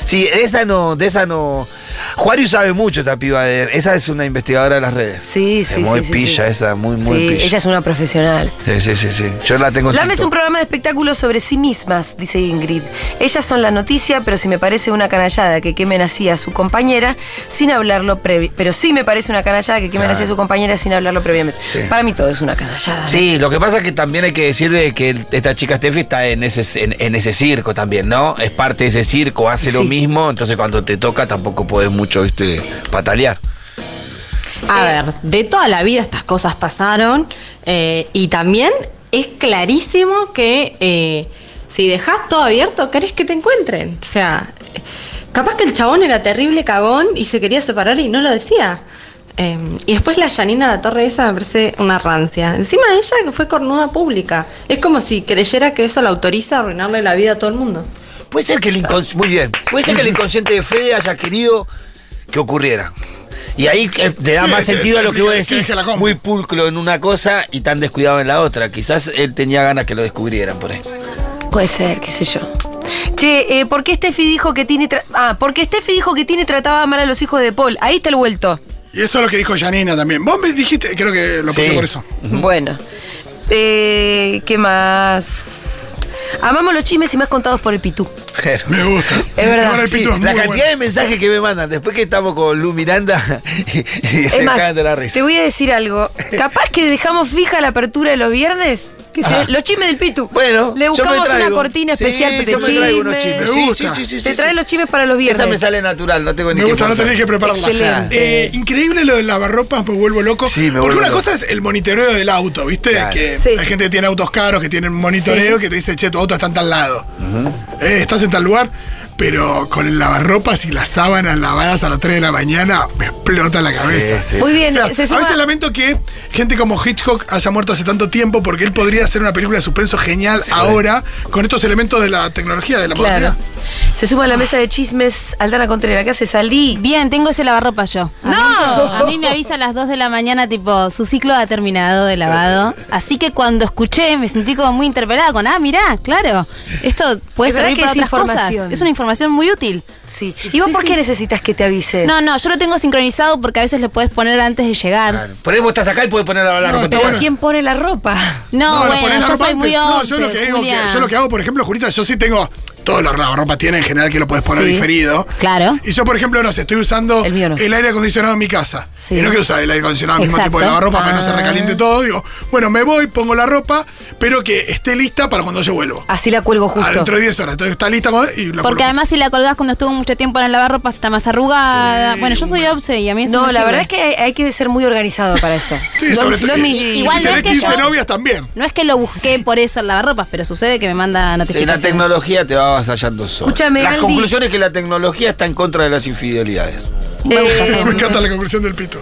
Speaker 2: Sí, esa no, de esa no. Juario sabe mucho esta piba. de- Esa es una investigadora de las redes.
Speaker 1: Sí,
Speaker 2: Es
Speaker 1: sí,
Speaker 2: Muy
Speaker 1: sí, sí,
Speaker 2: pilla
Speaker 1: sí.
Speaker 2: esa, muy, muy
Speaker 1: Sí,
Speaker 2: pilla.
Speaker 1: ella es una profesional.
Speaker 2: Sí, sí, sí, sí. Yo la tengo en
Speaker 1: Lame es un
Speaker 2: TikTok.
Speaker 1: programa de espectáculos sobre sí mismas, dice Ingrid. Ellas son la noticia, pero si me parece una canallada que quemen así a su compañera sin hablarlo previ- Pero sí me parece una canallada que quemen
Speaker 2: Claro.
Speaker 1: así a su compañera sin hablarlo previamente.
Speaker 2: Sí.
Speaker 1: Para mí todo es una canallada.
Speaker 2: Sí, lo que pasa es que también hay que decirle que el- esta chica Steffi está en ese, en, en ese circo también, ¿no? Es parte de ese circo, hace lo
Speaker 1: Sí.
Speaker 2: mismo, entonces cuando te toca tampoco podés mucho, viste, patalear.
Speaker 11: A ver, de toda la vida estas cosas pasaron eh, y también es clarísimo que eh, si dejas todo abierto, querés que te encuentren. O sea, eh, capaz que el chabón era terrible cagón y se quería separar y no lo decía. Eh, y después la Yanina La Torre esa me parece una rancia. Encima de ella que fue cornuda pública. Es como si creyera que eso la autoriza a arruinarle la vida a todo el mundo.
Speaker 2: Puede ser que el inconsciente. Muy bien. Puede ser que el inconsciente de Fede haya querido que ocurriera. Y ahí eh, le da
Speaker 3: Sí,
Speaker 2: más
Speaker 3: que-
Speaker 2: sentido a lo que vos
Speaker 3: que
Speaker 2: decís.
Speaker 3: deje la compu.
Speaker 2: Muy pulcro en una cosa y tan descuidado en la otra. Quizás él tenía ganas que lo descubrieran por ahí.
Speaker 1: Puede ser, qué sé yo. Che, eh, ¿por qué Steffi dijo que tiene ah, porque Steffi dijo que tiene trataba mal a los hijos de Paul. Ahí está el vuelto.
Speaker 3: Y eso es lo que dijo Janina también. Vos me dijiste, creo que lo puse
Speaker 2: Sí.
Speaker 3: por eso.
Speaker 1: Bueno. Eh, ¿Qué más? Amamos los chismes y más contados por el pitú.
Speaker 3: Me gusta.
Speaker 1: Es verdad.
Speaker 3: Ahora el
Speaker 2: Sí,
Speaker 3: pito
Speaker 2: la
Speaker 3: es muy
Speaker 2: cantidad
Speaker 3: bueno.
Speaker 2: de mensajes que me mandan después que estamos con Lu Miranda y, y se
Speaker 1: Es más,
Speaker 2: cagan de la risa.
Speaker 1: te voy a decir algo. Capaz que dejamos fija la apertura de los viernes. Que se-
Speaker 2: Ah.
Speaker 1: los chismes del Pitu.
Speaker 2: Bueno,
Speaker 1: le
Speaker 2: yo me
Speaker 1: buscamos una
Speaker 2: traigo.
Speaker 1: cortina
Speaker 2: Sí,
Speaker 1: especial de
Speaker 2: yo me traigo unos chismes.
Speaker 1: chismes.
Speaker 3: Me
Speaker 2: Sí,
Speaker 3: gusta.
Speaker 2: sí, sí, sí,
Speaker 1: Te
Speaker 2: sí,
Speaker 1: trae
Speaker 2: sí.
Speaker 1: los chismes para los viernes.
Speaker 2: Esa me sale natural, no tengo ni
Speaker 3: Me
Speaker 2: que
Speaker 3: gusta, no
Speaker 2: forzar.
Speaker 3: tenés que prepararla.
Speaker 1: Excelente.
Speaker 3: Eh, increíble lo del lavarropas, me vuelvo loco.
Speaker 2: Sí, me
Speaker 3: Porque
Speaker 2: vuelvo
Speaker 3: una
Speaker 2: loco.
Speaker 3: cosa es el monitoreo del auto, ¿viste?
Speaker 2: Claro.
Speaker 3: Que
Speaker 1: Sí.
Speaker 3: hay gente que tiene autos caros, que tienen monitoreo,
Speaker 1: Sí.
Speaker 3: que te dice, che, tu auto está en tal lado. Eh, estás en tal lugar. Pero con el lavarropas y las sábanas lavadas a las 3 de la mañana, me explota la cabeza.
Speaker 2: sí.
Speaker 1: Muy bien,
Speaker 3: O sea,
Speaker 1: se suma-
Speaker 3: A veces lamento que gente como Hitchcock haya muerto hace tanto tiempo porque él podría hacer una película de suspenso genial ahora con estos elementos de la tecnología, de la
Speaker 1: Claro.
Speaker 3: modernidad.
Speaker 1: Se suma a la mesa de chismes Aldana Contreras. ¿Qué hace? Salí.
Speaker 11: Bien, tengo ese lavarropa yo. A
Speaker 1: ¡No!
Speaker 11: mí- a mí me avisa a las 2 de la mañana, tipo, su ciclo ha terminado de lavado. Así que cuando escuché, me sentí como muy interpelada con, ah, mirá, claro, esto puede
Speaker 1: Es verdad
Speaker 11: servir
Speaker 1: que
Speaker 11: para
Speaker 1: es
Speaker 11: otras
Speaker 1: información.
Speaker 11: cosas. Es una información muy útil.
Speaker 1: Sí. ¿Y vos por qué necesitas que te avise?
Speaker 11: No, no, yo lo tengo sincronizado porque a veces lo puedes poner antes de llegar.
Speaker 2: Claro. Por ahí vos estás acá y podés poner la
Speaker 3: No,
Speaker 2: alarma.
Speaker 3: está
Speaker 1: Pero
Speaker 3: bueno.
Speaker 1: ¿quién pone la ropa?
Speaker 11: No,
Speaker 3: lo
Speaker 11: bueno,
Speaker 3: ponés
Speaker 11: yo
Speaker 3: arropa
Speaker 11: soy muy
Speaker 3: antes. No,
Speaker 11: once,
Speaker 3: yo lo, que digo que-
Speaker 11: Julia.
Speaker 3: yo lo que hago, por ejemplo, Jurita, yo sí tengo todos los la ropa tiene en general que lo puedes poner
Speaker 12: Sí.
Speaker 3: diferido. Eh,
Speaker 12: Claro.
Speaker 3: Y yo, por ejemplo, no sé, estoy usando el, aire acondicionado en mi casa.
Speaker 12: Sí.
Speaker 3: Y no quiero usar el aire acondicionado al mismo
Speaker 12: Exacto.
Speaker 3: tipo de lavarropa para que no se
Speaker 12: Ah.
Speaker 3: recaliente todo. Digo, bueno, me voy, pongo la ropa, pero que esté lista para cuando yo vuelvo.
Speaker 1: Así la cuelgo
Speaker 3: justo. Dentro de 10 horas. Entonces está lista y la
Speaker 12: Porque
Speaker 3: cuelgo.
Speaker 12: además si la colgás cuando estuvo mucho tiempo en el lavarropa está más arrugada. bueno, yo soy obse y a mí eso
Speaker 1: No,
Speaker 12: me
Speaker 1: la
Speaker 12: sirve.
Speaker 1: verdad es que hay, hay que ser muy organizado para eso.
Speaker 3: Sí,
Speaker 1: no,
Speaker 3: sobre todo.
Speaker 1: no es mi-
Speaker 3: y- y
Speaker 12: Igual
Speaker 3: si
Speaker 12: no es
Speaker 3: tenés
Speaker 12: que
Speaker 3: 15
Speaker 12: yo-
Speaker 3: novias también.
Speaker 12: No es que lo busqué por eso en lavarropas, pero sucede que me manda
Speaker 2: Sí, la
Speaker 12: notificaciones.
Speaker 2: tecnología te va avasallando sola.
Speaker 12: Escúchame,
Speaker 2: Las
Speaker 12: Aldi.
Speaker 2: conclusiones que la tecnología está en contra de las infidelidades.
Speaker 3: Me, gusta,
Speaker 1: Eh,
Speaker 3: me encanta la conclusión del pito.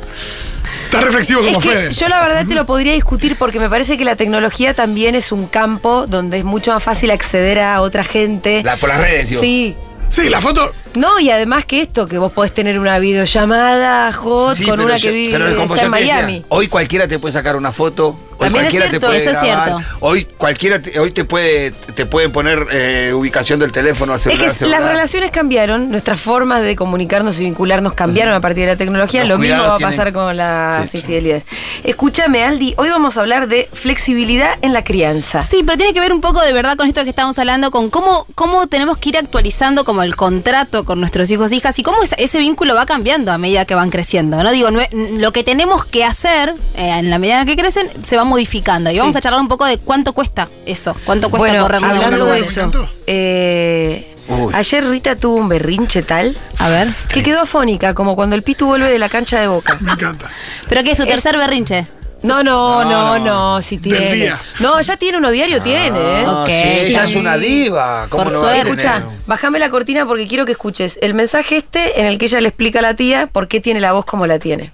Speaker 3: Está reflexivo
Speaker 1: Es
Speaker 3: como
Speaker 1: que
Speaker 3: Fede.
Speaker 1: yo la verdad te lo podría discutir porque me parece que la tecnología también es un campo donde es mucho más fácil acceder a otra gente.
Speaker 2: La- por las redes, digo.
Speaker 1: Sí.
Speaker 3: Sí, la foto.
Speaker 1: No, y además que esto, que vos podés tener una videollamada hot
Speaker 2: Sí,
Speaker 1: con
Speaker 2: pero
Speaker 1: una
Speaker 2: yo-
Speaker 1: que vive
Speaker 2: pero como
Speaker 1: está en
Speaker 2: yo te decía,
Speaker 1: Miami.
Speaker 2: hoy cualquiera te puede sacar una foto. Hoy
Speaker 1: También es
Speaker 2: cualquiera
Speaker 1: cierto,
Speaker 2: te puede
Speaker 1: eso es
Speaker 2: grabar,
Speaker 1: cierto.
Speaker 2: Hoy cualquiera te, hoy te puede te pueden poner eh, ubicación del teléfono a
Speaker 1: Es
Speaker 2: celular,
Speaker 1: que
Speaker 2: celular.
Speaker 1: las relaciones cambiaron, nuestras formas de comunicarnos y vincularnos cambiaron a partir de la tecnología.
Speaker 2: Los
Speaker 1: Lo mismo
Speaker 2: cuidados
Speaker 1: va a pasar
Speaker 2: tienen-
Speaker 1: con las
Speaker 2: Sí.
Speaker 1: infidelidades. Escúchame, Aldi, hoy vamos a hablar de flexibilidad en la crianza.
Speaker 12: Sí, pero tiene que ver un poco de verdad con esto que estamos hablando, con cómo, cómo tenemos que ir actualizando como el contrato con nuestros hijos e hijas y cómo ese, ese vínculo va cambiando a medida que van creciendo. ¿no? Digo, no es- lo que tenemos que hacer eh, en la medida que crecen se va modificando. Y
Speaker 1: Sí.
Speaker 12: vamos a charlar un poco de cuánto cuesta eso, cuánto cuesta
Speaker 1: Bueno,
Speaker 12: correr. una
Speaker 1: hablando
Speaker 12: maratón.
Speaker 1: de eso, eh,
Speaker 12: Uy.
Speaker 1: ayer Rita tuvo un berrinche tal, a ver, que quedó afónica, como cuando el Pitu vuelve de la cancha de Boca.
Speaker 3: Me encanta.
Speaker 12: ¿Pero qué es su tercer berrinche?
Speaker 1: No, no, no,
Speaker 2: No,
Speaker 1: no, si
Speaker 2: Del
Speaker 1: tiene.
Speaker 2: día.
Speaker 1: No, ya tiene uno diario, tiene, ¿eh?
Speaker 2: Ah, sí, ella es una diva. ¿Cómo
Speaker 1: Por
Speaker 2: no va a
Speaker 1: suerte.
Speaker 2: tener?
Speaker 1: Escucha, bájame la cortina porque quiero que escuches el mensaje este en el que ella le explica a la tía por qué tiene la voz como la tiene.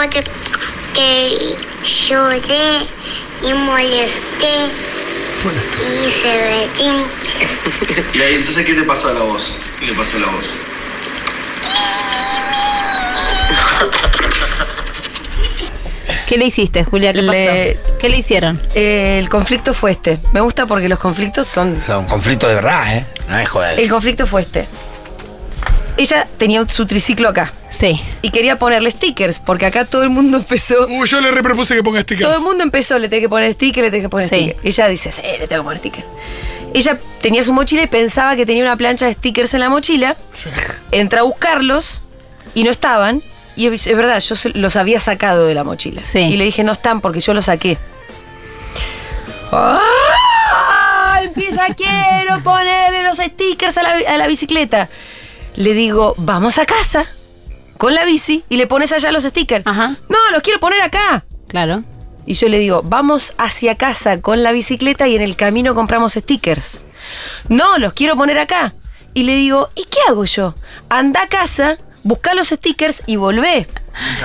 Speaker 13: Oye, que lloré y molesté y hice berrinche.
Speaker 14: Y ahí, entonces, ¿qué te pasó a la voz? ¿Qué le pasó a la voz?
Speaker 12: ¿Qué le hiciste, Julia? ¿Qué pasó? ¿Qué le hicieron?
Speaker 1: el conflicto fue este. Me gusta porque los conflictos son
Speaker 2: O sea, un conflicto de verdad, ¿eh? No es joder.
Speaker 1: El conflicto fue este. Ella tenía su triciclo acá.
Speaker 12: Sí.
Speaker 1: Y quería ponerle stickers, porque acá todo el mundo empezó.
Speaker 3: Uy, yo le repropuse que ponga este stickers.
Speaker 1: Todo el mundo empezó, le tenés que poner sticker, le tenés que poner sticker. Ella dice, sí, le tengo que poner sticker. Ella tenía su mochila y pensaba que tenía una plancha de stickers en la mochila. Entra a buscarlos y no estaban. Y es es verdad, yo se- los había sacado de la mochila. Y le dije, no están porque yo los saqué. ¡Ah! Empieza, quiero ponerle los stickers a la, a la bicicleta. Le digo, vamos a casa con la bici y le pones allá los stickers. No, los quiero poner acá.
Speaker 12: Claro.
Speaker 1: Y yo le digo, vamos hacia casa con la bicicleta y en el camino compramos stickers. No, los quiero poner acá. Y le digo, ¿y qué hago yo? Anda a casa, busca los stickers y volvé.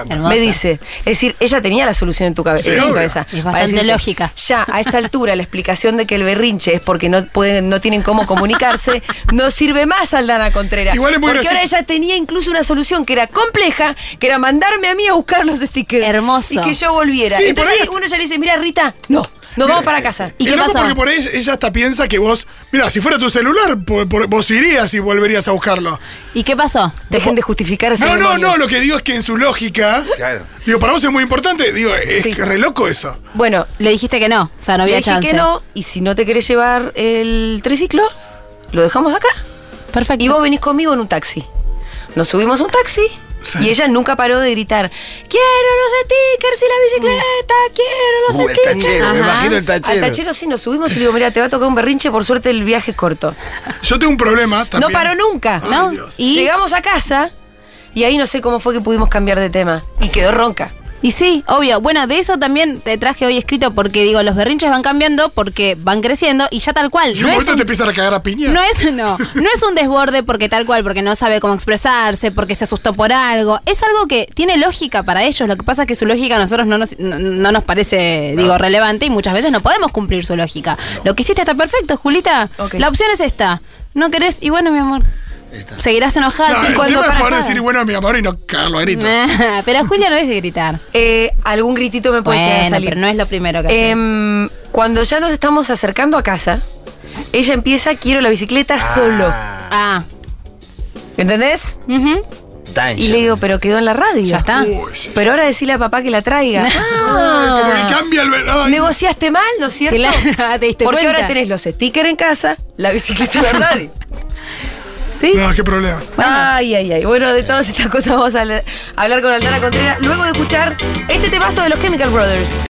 Speaker 12: Hermosa.
Speaker 1: Me dice. Es decir, ella tenía la solución en tu cabeza.
Speaker 12: Sí,
Speaker 1: en tu
Speaker 12: obvio.
Speaker 1: cabeza.
Speaker 12: Es bastante
Speaker 1: Para decirte,
Speaker 12: lógica.
Speaker 1: Ya, a esta altura, la explicación de que el berrinche es porque no pueden, no tienen cómo comunicarse, no sirve más a Aldana Contreras.
Speaker 12: Igual es muy
Speaker 1: porque
Speaker 12: gracioso.
Speaker 1: ahora ella tenía incluso una solución que era compleja, que era mandarme a mí a buscar los stickers. Hermoso. Y que yo volviera.
Speaker 3: Sí, por
Speaker 1: Entonces
Speaker 3: ahí
Speaker 1: ahí uno ya le dice, mira, Rita, no, nos vamos para casa.
Speaker 3: Es loco eh, Porque por ahí ella hasta piensa que vos, mira, si fuera tu celular, por- por- vos irías y volverías a buscarlo.
Speaker 12: ¿Y qué pasó?
Speaker 1: Dejen de justificar esos
Speaker 3: No, no,
Speaker 1: demonios.
Speaker 3: no, lo que digo es que en su lógica. Digo, para vos es muy importante, digo, es
Speaker 1: Sí.
Speaker 3: que re loco eso.
Speaker 1: Bueno,
Speaker 12: le dijiste que no, o sea, no había
Speaker 1: le dije
Speaker 12: chance.
Speaker 1: que no, y si no te querés llevar el triciclo, lo dejamos acá.
Speaker 12: Perfecto.
Speaker 1: Y vos venís conmigo en un taxi. Nos subimos a un taxi y ella nunca paró de gritar: Quiero los stickers y la bicicleta, quiero los
Speaker 2: Uh, el
Speaker 1: stickers.
Speaker 2: tachero, me Ajá. imagino el
Speaker 1: Al
Speaker 2: tachero.
Speaker 1: tachero sí nos subimos y le digo: Mira, te va a tocar un berrinche, por suerte el viaje es corto.
Speaker 3: Yo tengo un problema también.
Speaker 1: No paró nunca, ¿no? Y llegamos a casa y ahí no sé cómo fue que pudimos cambiar de tema. Y quedó ronca.
Speaker 12: Y sí, obvio. Bueno, de eso también te traje hoy escrito porque digo, los berrinches van cambiando porque van creciendo y ya tal cual.
Speaker 3: Y un momento
Speaker 12: un-
Speaker 3: te empiezan a cagar a piña.
Speaker 12: no es, no, no es un desborde porque tal cual, porque no sabe cómo expresarse, porque se asustó por algo. Es algo que tiene lógica para ellos. Lo que pasa es que su lógica a nosotros no nos, no, no nos parece, digo, relevante y muchas veces no podemos cumplir su lógica. Lo que hiciste está perfecto, Julita. La opción es esta. No querés, y bueno, mi amor. Seguirás enojada.
Speaker 3: No,
Speaker 12: y
Speaker 3: el
Speaker 12: cuando
Speaker 3: tema es
Speaker 12: para
Speaker 3: poder
Speaker 12: nada.
Speaker 3: decir, bueno, mi amor, y no cagarlo a gritos.
Speaker 12: Nah, pero Julia no es de gritar.
Speaker 1: Eh, algún gritito me puede llegar a
Speaker 12: Bueno,
Speaker 1: salir.
Speaker 12: pero no es lo primero que haces.
Speaker 1: Em, cuando ya nos estamos acercando a casa, ella
Speaker 2: Ah.
Speaker 1: ah, empieza, quiero la bicicleta solo.
Speaker 12: Ah.
Speaker 1: ¿Entendés?
Speaker 2: está en
Speaker 1: Y le digo, pero quedó en la radio.
Speaker 12: Ya está. Uy,
Speaker 1: Pero ahora decirle a papá que la traiga.
Speaker 3: Ay, como
Speaker 1: Ah.
Speaker 3: que cambia el ver- ay.
Speaker 1: Negociaste mal, ¿no es cierto?
Speaker 12: Claro, te diste
Speaker 1: Porque
Speaker 12: cuenta.
Speaker 1: ahora tenés los stickers en casa, la bicicleta en la radio. ¿Sí?
Speaker 3: No, qué problema.
Speaker 1: Ay, ay, ay. Bueno, de todas estas cosas vamos a hablar- a hablar con Aldana Contreras luego de escuchar este temazo de los Chemical Brothers.